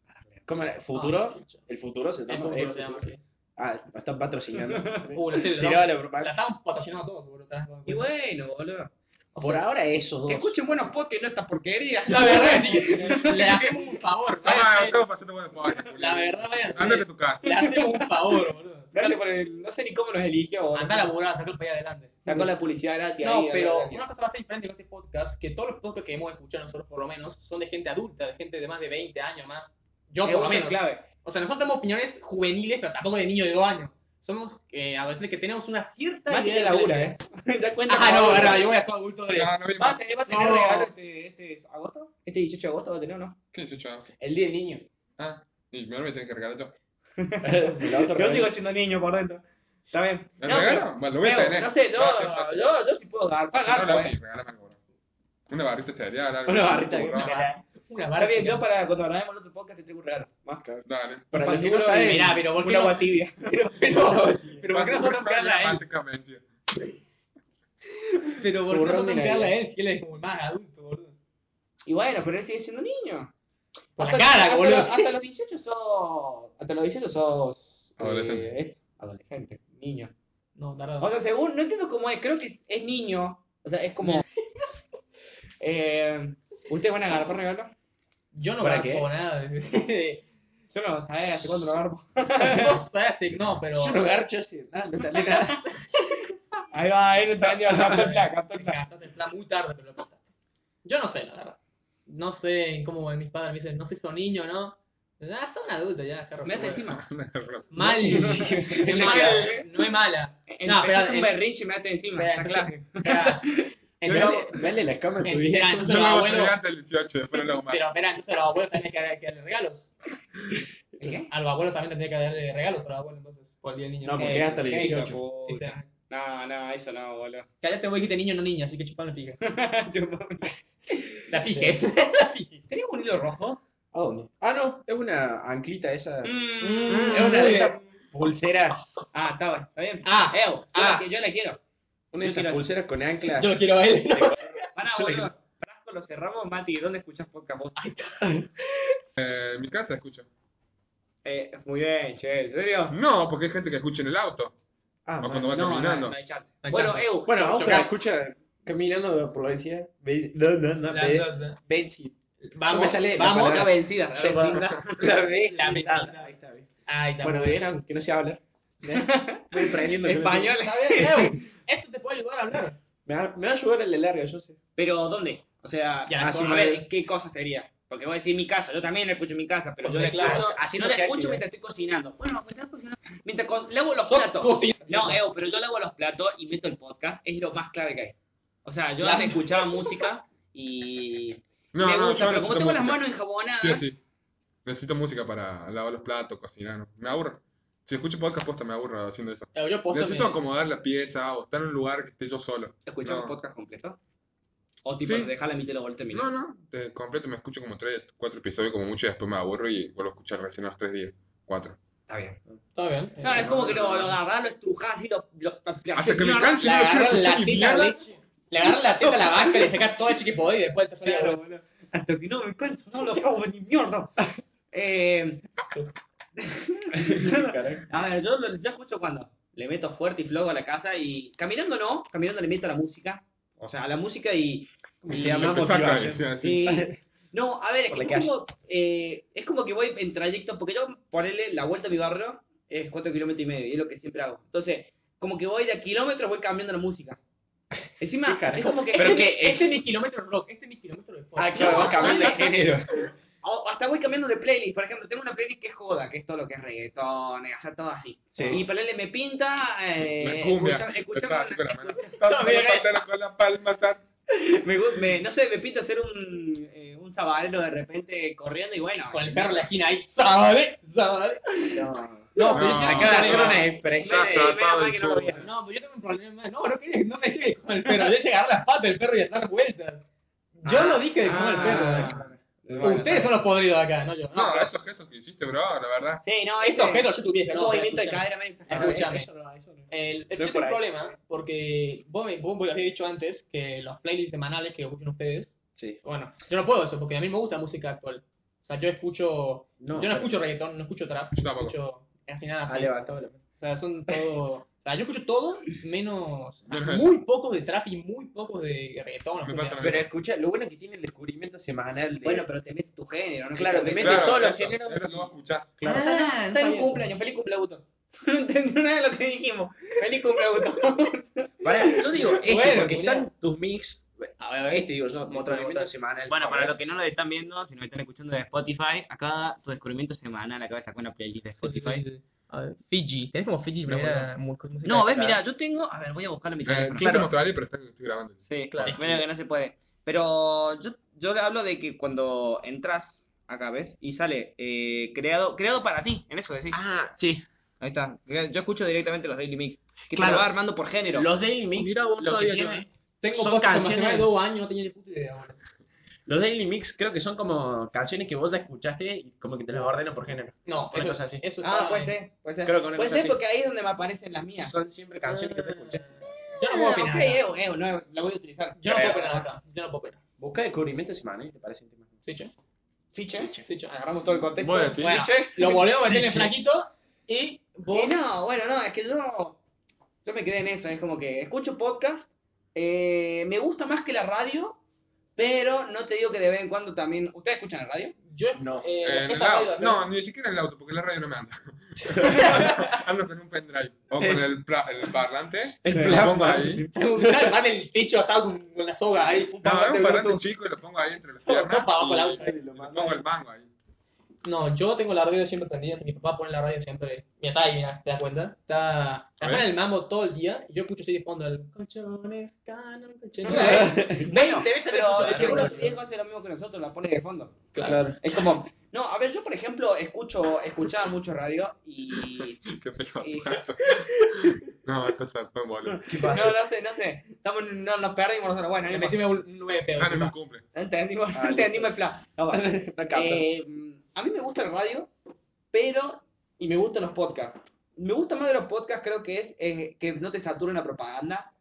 Speaker 4: ¿Cómo era?
Speaker 2: Ah,
Speaker 4: ¿Futuro?
Speaker 2: sí.
Speaker 4: El futuro se
Speaker 2: El
Speaker 4: llama.
Speaker 2: futuro
Speaker 4: El
Speaker 2: se llama
Speaker 4: futuro.
Speaker 2: así.
Speaker 4: Ah, me están
Speaker 1: [LAUGHS]
Speaker 4: patrocinando.
Speaker 2: Uh, la serie de
Speaker 4: Tiraba
Speaker 2: la-
Speaker 4: la
Speaker 2: La
Speaker 4: propaganda.
Speaker 2: estaban patrocinando a todos, boludo. te das cuenta.
Speaker 1: Y bueno, boludo.
Speaker 2: O
Speaker 4: Por
Speaker 2: sea,
Speaker 4: ahora esos dos.
Speaker 1: Que escuchen buenos podcasts y no esta [LAUGHS] porquería.
Speaker 2: La verdad es que le hacemos un favor. vayan a hacer-
Speaker 3: Toma, Ah, estamos pasando buenos podcasts.
Speaker 2: La verdad, vayan a
Speaker 3: Ándate a
Speaker 2: hacer-
Speaker 3: tu casa.
Speaker 2: le hacemos un favor, boludo.
Speaker 1: Gracias por el- No sé ni cómo nos eligió.
Speaker 4: Ah,
Speaker 1: boludo.
Speaker 2: Andá a laburar, sacar el país adelante.
Speaker 1: Sacó la publicidad gratis.
Speaker 2: No,
Speaker 1: ahí,
Speaker 2: pero
Speaker 1: gratis.
Speaker 2: una cosa bastante diferente con este podcast, que todos los podcasts que hemos escuchado nosotros, por lo menos, son de gente adulta, de gente de más de 20 años más. Yo,
Speaker 1: Es
Speaker 2: por lo
Speaker 1: una
Speaker 2: menos.
Speaker 1: clave.
Speaker 2: O sea, nosotros tenemos opiniones juveniles, pero tampoco de niños de dos años. Somos eh, adolescentes que tenemos una cierta
Speaker 1: Más
Speaker 2: idea
Speaker 1: que
Speaker 2: de
Speaker 1: labura, ¿eh? [LAUGHS] Ya cuenta.
Speaker 2: Ajá,
Speaker 1: como
Speaker 2: no,
Speaker 1: ahora.
Speaker 2: verdad, yo voy a ser adulto de...
Speaker 3: No, no vi
Speaker 1: ¿Va a
Speaker 3: más.
Speaker 1: tener, va a tener
Speaker 2: No.
Speaker 1: regalo este, este agosto? ¿Este 18 de agosto va a tener o no?
Speaker 3: ¿Qué hice yo?
Speaker 4: El día
Speaker 1: [LAUGHS]
Speaker 4: del niño.
Speaker 3: Ah, y primero me tienen que regalar yo.
Speaker 4: El otro
Speaker 1: Yo
Speaker 4: revés.
Speaker 1: sigo siendo niño por dentro. Está bien.
Speaker 3: ¿Me
Speaker 1: No,
Speaker 3: regalo? Bueno, lo voy a
Speaker 1: pero,
Speaker 3: tener.
Speaker 1: no sé, yo,
Speaker 3: Fácil, fácil.
Speaker 1: yo, yo sí puedo eh. dar.
Speaker 3: Ah,
Speaker 1: Pagar,
Speaker 3: no, la vi, regálame algo. bro. Una barrita de cereal, algo.
Speaker 1: Una barrita de
Speaker 3: Un burro.
Speaker 2: Una
Speaker 1: Está
Speaker 2: barra.
Speaker 1: bien, yo para cuando grabemos el otro podcast te traigo un regalo. Más caro.
Speaker 3: Dale.
Speaker 4: Para
Speaker 1: Un
Speaker 4: los que
Speaker 1: pañuelo
Speaker 4: no saben,
Speaker 1: y-
Speaker 2: Mirá, pero ¿por qué
Speaker 1: una
Speaker 2: no?
Speaker 1: agua tibia.
Speaker 2: [LAUGHS]
Speaker 1: [LAUGHS]
Speaker 2: Pero, pero ¿por qué
Speaker 3: Más
Speaker 2: nosotros
Speaker 3: burro y
Speaker 2: crearla
Speaker 3: la
Speaker 2: a él?
Speaker 3: manteca vencida.
Speaker 2: Pero ¿por qué
Speaker 4: Turrón
Speaker 2: nosotros
Speaker 4: de
Speaker 2: crearla a
Speaker 4: Navidad.
Speaker 2: él? Si él es como más adulto, boludo.
Speaker 1: Y bueno, pero él sigue siendo niño.
Speaker 2: Por la cara,
Speaker 1: hasta,
Speaker 2: boludo.
Speaker 1: Hasta, los 18 sos. Hasta los 18 sos.
Speaker 3: Adolescente.
Speaker 1: eh, es adolescente, niño.
Speaker 2: No, tarda.
Speaker 1: O sea, según. No entiendo cómo es, creo que es, es niño. O sea, es
Speaker 2: [LAUGHS]
Speaker 1: como. eh, ¿Ustedes van a agarrar regalo?
Speaker 2: Yo no
Speaker 4: ¿Para
Speaker 2: grabo
Speaker 4: qué?
Speaker 2: nada. [LAUGHS] no
Speaker 1: Yo no sabía hace cuándo lo agarro.
Speaker 2: sabes, no, pero...
Speaker 4: Yo no garcho así, nada, no entendí nada.
Speaker 1: Ahí va, ahí lo está vendiendo. Captó
Speaker 2: [LAUGHS]
Speaker 1: el plan, captó el plan.
Speaker 2: Captaste el plan muy tarde, pero lo captaste. Yo no sé, la verdad. No sé cómo mis padres me dicen, no sé si son niños o no. Ah, son adultos ya, se
Speaker 1: Me hace
Speaker 2: recuerda.
Speaker 1: encima.
Speaker 2: Mal. es mala. No es mala.
Speaker 1: Empezó
Speaker 2: No, pero
Speaker 1: con un
Speaker 2: en-
Speaker 1: berrinche y me hace encima.
Speaker 2: espera,
Speaker 1: está claro.
Speaker 2: entonces- espera. Entonces-
Speaker 4: Dale la cama a tu
Speaker 2: Espera,
Speaker 4: viejo.
Speaker 2: entonces
Speaker 3: No
Speaker 2: los
Speaker 3: lo voy a tener
Speaker 2: abuelos.
Speaker 3: hasta el 18, después no lo hago más.
Speaker 2: Pero espera, entonces los abuelos también hay que que darle regalos.
Speaker 1: ¿Qué?
Speaker 2: A los abuelos también tendría que darle regalos a los abuelos entonces. Por el día del niño.
Speaker 4: No, porque
Speaker 1: Eh,
Speaker 4: es hasta los
Speaker 1: qué
Speaker 4: 18.
Speaker 1: hijo de
Speaker 2: Sí, sí.
Speaker 1: puta. No, no, eso no, boludo. [LAUGHS]
Speaker 2: Cállate, vos este dijiste niño, no niña, así que chupame fija.
Speaker 1: ¿Tenías
Speaker 2: La fije. [LAUGHS] La fije.
Speaker 1: un hilo rojo?
Speaker 4: ¿A dónde? Ah, no, es una anclita esa.
Speaker 1: Mm,
Speaker 4: es una de
Speaker 1: muy
Speaker 4: esas
Speaker 1: bien.
Speaker 4: pulseras.
Speaker 1: Ah, está bueno, está bien.
Speaker 2: Ah,
Speaker 1: Ew, yo,
Speaker 2: ah.
Speaker 1: la, yo la quiero.
Speaker 4: Una
Speaker 1: Yo
Speaker 4: de esas
Speaker 1: quiero-
Speaker 4: pulseras con anclas.
Speaker 2: yo lo quiero a él. ¿no?
Speaker 1: Pará,
Speaker 4: Yo la
Speaker 1: boludo. Pará, con lo cerramos, Mati. ¿Dónde escuchás podcast vos?
Speaker 3: Eh, en mi casa escucho.
Speaker 1: Eh, muy bien, che, ¿en serio?
Speaker 3: No, porque hay gente que escucha en el auto.
Speaker 4: Ah,
Speaker 3: o
Speaker 4: man.
Speaker 3: cuando va caminando.
Speaker 1: hay chance.
Speaker 2: No hay
Speaker 1: bueno,
Speaker 2: chance.
Speaker 1: Ew,
Speaker 4: Bueno, vamos a
Speaker 2: Chocás.
Speaker 4: escucha caminando por la provincia. Ve- No, no, no.
Speaker 2: La-
Speaker 4: ve-
Speaker 2: la- la-
Speaker 4: Benzi.
Speaker 2: Vamos,
Speaker 4: me sale la
Speaker 2: vamos.
Speaker 4: palabra.
Speaker 1: La vencida, la
Speaker 4: Yo-
Speaker 1: vencida.
Speaker 4: La
Speaker 2: [LAUGHS]
Speaker 4: vez.
Speaker 2: La vecindad.
Speaker 1: Ahí está, bien.
Speaker 2: Ahí está.
Speaker 4: Bueno, vieron que no se habla. Voy aprendiendo. que no sé.
Speaker 1: Español.
Speaker 2: Está bien, Edu,
Speaker 1: [LAUGHS]
Speaker 2: esto te puede ayudar a hablar.
Speaker 4: Me va, me va a ayudar el de larga, yo sé.
Speaker 1: Pero, ¿dónde? O sea,
Speaker 2: Ya,
Speaker 1: a
Speaker 4: sí,
Speaker 1: ver,
Speaker 4: vale.
Speaker 1: ¿qué cosa sería? Porque voy a decir mi casa, yo también la escucho en mi casa, pero
Speaker 2: Porque
Speaker 1: yo la
Speaker 2: claro,
Speaker 1: escucho, así no
Speaker 4: no
Speaker 1: la
Speaker 4: te
Speaker 1: escucho
Speaker 4: activas.
Speaker 1: mientras estoy cocinando. Bueno, mientras estoy cocinando, mientras co- lavo los platos. No, Evo, pero yo lavo los platos y meto el podcast, es lo más clave que hay. O sea, yo
Speaker 2: La-
Speaker 1: antes escuchaba música y
Speaker 3: [LAUGHS] No,
Speaker 1: me
Speaker 3: no,
Speaker 1: gusta,
Speaker 3: yo
Speaker 1: pero como
Speaker 3: necesito
Speaker 1: tengo las
Speaker 3: música.
Speaker 1: manos enjabonadas,
Speaker 3: Sí, sí. Necesito música para lavar los platos, cocinar. ¿no? Me aburro. Si escucho podcast posta, me aburro haciendo eso.
Speaker 2: Edu, Yo posta
Speaker 3: Necesito
Speaker 2: me-
Speaker 3: acomodar la pieza o estar en un lugar que esté yo solo.
Speaker 1: escuchaba un
Speaker 3: No.
Speaker 1: podcast completo. O tipo,
Speaker 3: Sí.
Speaker 1: dejar la mitad y lo volteo
Speaker 3: No, no, de completo me escucho como tres, cuatro episodios como mucho y después me aburro y vuelvo a escuchar recién a los tres días. Cuatro.
Speaker 1: Está bien.
Speaker 2: Está bien.
Speaker 1: No, es como que lo, lo agarrás, lo estrujás y lo... lo
Speaker 3: Hasta que me
Speaker 1: no,
Speaker 3: canse,
Speaker 2: Le
Speaker 3: no lo quiero
Speaker 2: agarran
Speaker 3: escuchar
Speaker 2: la
Speaker 3: ni
Speaker 2: teta,
Speaker 3: mierda.
Speaker 2: le, le agarran la teta a la vaca, le sacas todo el chiquipodio y después te sale
Speaker 1: Claro, boludo. Hasta que no me canso, no lo hago ni mierda. [LAUGHS] Eh,
Speaker 4: Caray.
Speaker 1: a ver, yo, lo- yo escucho cuando le meto fuerte y flojo a la casa y caminando no, caminando le meto a la música, o sea, a la música y, y le
Speaker 3: Lo
Speaker 4: [LAUGHS]
Speaker 1: hablamos
Speaker 3: que saca, decía así.
Speaker 1: Sí. No, a ver, es,
Speaker 4: Por
Speaker 1: que
Speaker 4: la
Speaker 1: es como, eh, es como que voy en trayecto, porque yo ponerle la vuelta a mi barrio es 4 kilómetros y medio, y es lo que siempre hago. Entonces, como que voy de a kilómetros, voy cambiando la música. Encima,
Speaker 4: Sí, carajo.
Speaker 1: es como que... [LAUGHS]
Speaker 4: Pero
Speaker 2: Este,
Speaker 4: que-
Speaker 2: este es mi kilómetro rock, este es mi kilómetro de
Speaker 4: Ah,
Speaker 2: podcast.
Speaker 4: claro, va a cambiar de género.
Speaker 1: O- hasta voy cambiando de playlist. Por ejemplo, tengo una playlist que es joda, que es todo lo que es reggaetón, eh, o sea, todo así.
Speaker 4: Sí.
Speaker 1: Y ponerle me pinta,
Speaker 3: Me
Speaker 1: eh,
Speaker 3: cumbia.
Speaker 1: escucha- escuchamos-
Speaker 3: Estaba así con la mano. Estaba con la patana, con la palma, tal.
Speaker 1: me gu- me- no sé, me pinta hacer un, eh, un sabalero de repente corriendo y bueno.
Speaker 2: Con el perro en la esquina ahí, sale, sale.
Speaker 4: No.
Speaker 1: No,
Speaker 3: No,
Speaker 1: pero yo-
Speaker 4: Acaba de hacer
Speaker 1: no,
Speaker 4: una
Speaker 1: me-
Speaker 4: expresión.
Speaker 3: Exacto,
Speaker 1: me- menos mal que no lo
Speaker 3: todo el
Speaker 1: vi.
Speaker 3: sur.
Speaker 2: No, pero yo tengo un problema. No, no, quería- no me dije con el perro. Yo llegué a agarrar las patas del perro y a dar vueltas. Yo no dije de comer el
Speaker 4: Ah,
Speaker 2: perro.
Speaker 4: Bueno,
Speaker 2: Ustedes son los podridos acá, no yo.
Speaker 3: No,
Speaker 2: pero-
Speaker 3: esos gestos que hiciste, bro, la verdad.
Speaker 1: Sí, no,
Speaker 2: Este
Speaker 1: ese-
Speaker 2: objeto yo tuviese,
Speaker 1: ese
Speaker 2: ¿no?
Speaker 1: movimiento de
Speaker 2: Escúchame.
Speaker 1: cadera medio exagerado.
Speaker 2: Escúchame.
Speaker 1: Eso no, eso no.
Speaker 2: El, el,
Speaker 4: No
Speaker 2: yo
Speaker 4: por
Speaker 2: tengo un
Speaker 4: ahí.
Speaker 2: problema porque vos me, vos me habías dicho antes que los playlists semanales que escuchan ustedes,
Speaker 4: Sí.
Speaker 2: bueno, yo no puedo eso porque a mí me gusta la música actual. O sea, yo escucho, yo
Speaker 4: No,
Speaker 2: no
Speaker 4: pero- Ah,
Speaker 2: escucho reggaetón, no escucho trap,
Speaker 3: Yo
Speaker 2: no
Speaker 3: tampoco.
Speaker 2: escucho casi nada
Speaker 4: Ha
Speaker 2: así.
Speaker 4: levantado la
Speaker 2: O sea, son todo, o sea, yo escucho todo menos
Speaker 3: Menos
Speaker 2: muy pocos de trap y muy pocos de reggaetón.
Speaker 3: Me
Speaker 2: o
Speaker 3: pasa
Speaker 2: sea,
Speaker 3: lo
Speaker 4: Pero escucha, lo bueno que tiene el descubrimiento semanal de...
Speaker 1: Bueno, pero te metes tu género, ¿no?
Speaker 4: Claro, te
Speaker 1: metes
Speaker 4: metes todos los
Speaker 3: eso,
Speaker 4: géneros.
Speaker 3: eso no escuchás.
Speaker 1: Ah,
Speaker 4: Claro.
Speaker 1: está en
Speaker 2: sabía
Speaker 1: un
Speaker 2: eso.
Speaker 1: cumpleaños, feliz cumpleaños, Guto. [LAUGHS] No entendió nada de lo que dijimos. Feliz cumpleaños, Guto.
Speaker 4: Pará, yo digo este
Speaker 2: Bueno,
Speaker 4: porque
Speaker 2: mirá.
Speaker 4: están tus mix... A ver, este digo yo, descubrimiento semanal.
Speaker 6: Bueno, para los que no lo están viendo, si nos están escuchando de Spotify, acá tu descubrimiento semanal, acá sacar una playlist de Spotify.
Speaker 2: Fiji, tenés como Fiji, pero
Speaker 6: Mira,
Speaker 2: era mu- música
Speaker 6: No, ves,
Speaker 2: de
Speaker 6: mira, yo tengo. A ver, voy a buscarlo en mi
Speaker 3: Eh,
Speaker 6: teléfono.
Speaker 3: Yo te mostraré, pero está- estoy grabando.
Speaker 6: Sí,
Speaker 4: claro.
Speaker 6: Medio que no se puede.
Speaker 1: Pero yo, yo le hablo de que cuando entras acá, ¿ves? Y sale eh, creado, creado para ti, en eso decís.
Speaker 4: Ah,
Speaker 6: Sí.
Speaker 1: Ahí está. Yo escucho directamente los Daily Mix. Que te
Speaker 6: Claro.
Speaker 1: lo va armando por género.
Speaker 4: los Daily Mix,
Speaker 6: Mira vos,
Speaker 4: lo que
Speaker 6: todavía
Speaker 4: tiene-
Speaker 2: Tengo
Speaker 4: Son
Speaker 2: podcast
Speaker 4: canciones.
Speaker 2: semanal de dos años, no tenía ni puta idea. boludo.
Speaker 4: los Daily Mix creo que son como canciones que vos ya escuchaste y como que te las ordenan por género.
Speaker 2: No,
Speaker 4: Una
Speaker 2: eso,
Speaker 4: cosa así.
Speaker 2: eso
Speaker 1: Ah,
Speaker 2: está
Speaker 1: puede
Speaker 2: en-
Speaker 1: ser, puede ser.
Speaker 4: Creo que una
Speaker 1: puede
Speaker 4: cosa
Speaker 1: ser
Speaker 4: así.
Speaker 1: porque ahí es donde me aparecen las mías.
Speaker 4: Son siempre canciones que te escuchas.
Speaker 2: Yo no puedo
Speaker 1: Ah,
Speaker 2: opinar.
Speaker 1: ok,
Speaker 2: acá.
Speaker 1: Evo, Evo, no, la voy a utilizar.
Speaker 2: Yo no puedo opinar acá. Yo no puedo opinar.
Speaker 4: Busca descubrimiento semanal y te parece un tema.
Speaker 2: Sí, che.
Speaker 1: Fiche.
Speaker 2: Sí, che.
Speaker 1: Agarramos todo el contexto.
Speaker 3: Bueno, sí.
Speaker 2: Bueno, lo volvemos a meter en el flaquito y vos.
Speaker 1: Eh, no, bueno, no, es que yo, yo me quedé en eso, es como que escucho podcast, eh, me gusta más que la radio, pero no te digo que de vez en cuando también... ¿Ustedes escuchan la
Speaker 2: [LAUGHS]
Speaker 1: radio?
Speaker 2: Yo,
Speaker 4: No.
Speaker 2: eh,
Speaker 3: Eh, en el
Speaker 2: esta radio,
Speaker 3: auto.
Speaker 2: pero-
Speaker 3: No, ni siquiera en el auto, porque la radio no me anda.
Speaker 1: [LAUGHS]
Speaker 3: Ando con un pendrive. O con el, pla- el parlante.
Speaker 4: El
Speaker 3: lo
Speaker 4: plan,
Speaker 3: pongo
Speaker 4: man.
Speaker 3: ahí.
Speaker 2: [LAUGHS] Va en el techo atado con con la soga ahí. pum,
Speaker 3: No,
Speaker 2: pam,
Speaker 3: es
Speaker 2: te
Speaker 3: un parlante
Speaker 2: bloqueo.
Speaker 3: chico y lo pongo ahí
Speaker 1: [LAUGHS]
Speaker 3: entre las
Speaker 2: No,
Speaker 3: piernas.
Speaker 2: no, para abajo
Speaker 3: y
Speaker 2: la usa.
Speaker 3: le pongo el mango ahí.
Speaker 2: No, yo tengo la radio siempre prendida. Si mi papá pone la radio siempre. Mira, está ahí, mira, ¿te das cuenta? Está.
Speaker 3: A
Speaker 2: Está
Speaker 3: ver.
Speaker 2: en el mambo todo el día. Y yo escucho así de fondo el. Colchones, canon,
Speaker 1: [LAUGHS]
Speaker 2: colchones.
Speaker 1: Bueno,
Speaker 2: 20 veces
Speaker 1: pero
Speaker 2: lo escucho,
Speaker 1: seguro
Speaker 2: claro.
Speaker 1: que Diego hace lo mismo que nosotros, la pone de fondo.
Speaker 4: Claro.
Speaker 1: Es como... No, a ver, yo por ejemplo escucho, escuchaba mucho radio y...
Speaker 3: Qué feo.
Speaker 1: y-
Speaker 3: [LAUGHS] No, esto se fue un boludo.
Speaker 4: ¿Qué
Speaker 1: no,
Speaker 4: pasa?
Speaker 1: no sé, no sé, estamos, no nos perdimos nosotros, bueno, no
Speaker 2: Me
Speaker 1: importa.
Speaker 2: metíme un 9 pedo.
Speaker 3: Ah, no, no cumple.
Speaker 1: entendimos,
Speaker 4: Ah,
Speaker 1: entendimos el plan. No, va.
Speaker 4: [LAUGHS] No capta.
Speaker 1: Eh, a mí me gusta el radio, pero. Y me gustan los podcasts. Me gusta más de los podcasts, creo que es eh, que no te saturen la propaganda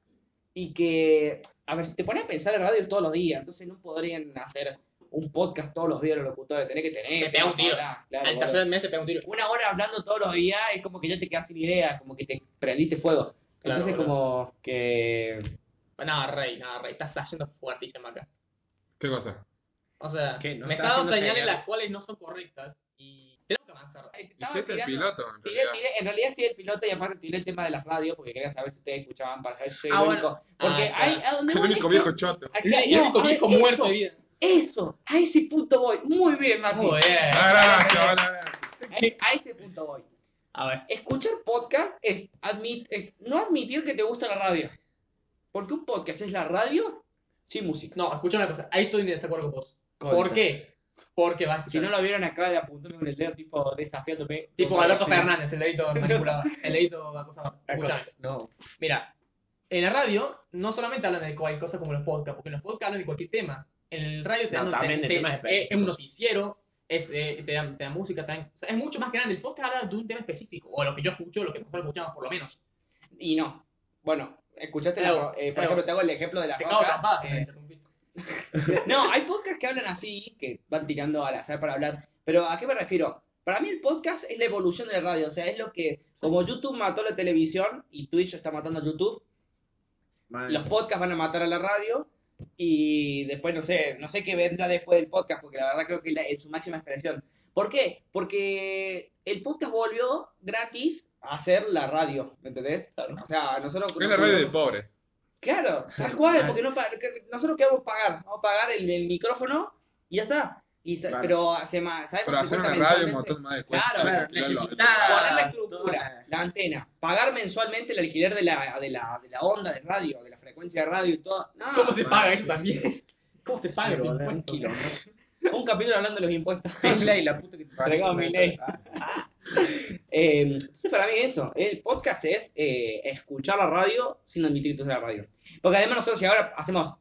Speaker 1: y que. A ver, si te pones a pensar en radio todos los días, entonces no podrían hacer un podcast todos los días los locutores. Tenés que tener.
Speaker 2: Te pega un tiro.
Speaker 1: Hablar, claro,
Speaker 2: Al
Speaker 1: boludo.
Speaker 2: tercer mes te pega un tiro.
Speaker 1: Una hora hablando todos los días es como que ya te quedas sin idea, como que te prendiste fuego.
Speaker 2: Claro,
Speaker 1: Entonces,
Speaker 2: boludo.
Speaker 1: como que.
Speaker 2: Nada, Rey, nada, Rey. Estás flasheando fuertísimo acá.
Speaker 3: ¿Qué cosa?
Speaker 2: O sea,
Speaker 4: ¿Qué? No
Speaker 2: me
Speaker 4: está
Speaker 2: está dando
Speaker 4: haciendo
Speaker 2: señales
Speaker 4: señales.
Speaker 2: las cuales no son correctas y tenemos que avanzar.
Speaker 1: Eh,
Speaker 3: Y
Speaker 1: estaba
Speaker 3: si este es el
Speaker 1: tirando-
Speaker 3: piloto, en
Speaker 1: Tiré-
Speaker 3: realidad.
Speaker 1: tiré- en realidad sí el piloto y aparte tiré el tema de las radios porque quería saber si ustedes escuchaban para ver si soy
Speaker 2: Ah,
Speaker 1: el
Speaker 2: bueno.
Speaker 1: único. Porque
Speaker 2: Ah,
Speaker 1: hay,
Speaker 2: claro.
Speaker 1: a donde
Speaker 3: El
Speaker 1: voy
Speaker 3: único
Speaker 1: es que-
Speaker 3: viejo choto.
Speaker 1: a que-
Speaker 2: El, el
Speaker 1: no,
Speaker 2: único
Speaker 1: a ver,
Speaker 2: viejo muerto
Speaker 1: eso,
Speaker 2: de vida.
Speaker 1: Eso, a ese punto voy. Muy bien, Martín.
Speaker 2: Muy bien.
Speaker 3: Gracias, gracias.
Speaker 1: A ese- a ese punto voy.
Speaker 2: A ver.
Speaker 1: Escuchar podcast es, admit, es no admitir que te gusta la radio. Porque un podcast es la radio sin música.
Speaker 2: No, escucha una cosa. Ahí estoy en desacuerdo con vos. ¿Por
Speaker 1: Contra.
Speaker 2: qué? Porque vas a escuchar.
Speaker 1: Si no lo vieron acá, le apuntóme con el dedo tipo desafiándome.
Speaker 2: Tipo Alberto
Speaker 1: Sí.
Speaker 2: Fernández, el
Speaker 4: [LAUGHS]
Speaker 2: dedito manipulador. El dedito acosador. Escuchá.
Speaker 1: No.
Speaker 2: Mira, en la radio no solamente hablan de cualquier cosa como los podcasts, porque en los podcasts hablan de cualquier tema. En el radio te
Speaker 4: No,
Speaker 2: dan
Speaker 4: también de
Speaker 2: te-
Speaker 4: temas
Speaker 2: te-
Speaker 4: específicos.
Speaker 2: es un noticiero, es, eh, te, dan, te dan música, te dan- o sea, es mucho más grande. El podcast habla de un tema específico, o lo que yo escucho, lo que mejor escuchamos por lo menos.
Speaker 1: Y no. Bueno, escuchaste, la-
Speaker 2: Claro,
Speaker 1: eh, por
Speaker 2: claro.
Speaker 1: ejemplo, te hago el ejemplo de la
Speaker 2: Te cago
Speaker 1: roca,
Speaker 2: trompada si me
Speaker 1: eh,
Speaker 2: interrumpiste.
Speaker 1: No, hay podcasts que hablan así, que van tirando al azar para hablar. Pero ¿a qué me refiero? Para mí el podcast es la evolución de la radio. O sea, es lo que, como YouTube mató la televisión y Twitch está matando a YouTube,
Speaker 4: Mal.
Speaker 1: los podcasts van a matar a la radio. Y después, no sé, no sé qué vendrá después del podcast, porque la verdad creo que la- es su máxima expresión. ¿Por qué? Porque el podcast volvió gratis a hacer la radio, ¿me entendés? O sea, nosotros...
Speaker 3: Es la radio de pobres.
Speaker 1: Claro, tal cual, porque no pa- que- nosotros qué vamos a pagar, vamos a pagar el, el micrófono y ya está. Y, sa-
Speaker 4: Claro.
Speaker 1: Pero hace más, ¿sabes?
Speaker 3: Para
Speaker 1: cuánto
Speaker 3: hacer una
Speaker 1: cuesta
Speaker 3: radio, un
Speaker 1: mensualmente?
Speaker 3: montón más de
Speaker 1: Claro,
Speaker 3: cuentas.
Speaker 1: claro, Poner la estructura, la antena, pagar mensualmente el alquiler de la, de la, de la onda de radio, de la frecuencia de radio y todo. No,
Speaker 2: ¿Cómo se
Speaker 4: Ah,
Speaker 2: paga
Speaker 4: sí.
Speaker 2: eso también? [LAUGHS] ¿Cómo se paga
Speaker 4: Sí,
Speaker 2: ese
Speaker 4: boludo,
Speaker 2: impuesto?
Speaker 4: un
Speaker 1: un capítulo hablando de los impuestos. [LAUGHS] ley, la puta que te entregaba mi ley.
Speaker 4: Ah,
Speaker 1: Eh, entonces, para mí eso, el podcast es eh, escuchar la radio sin admitir que es la radio. Porque además nosotros si ahora hacemos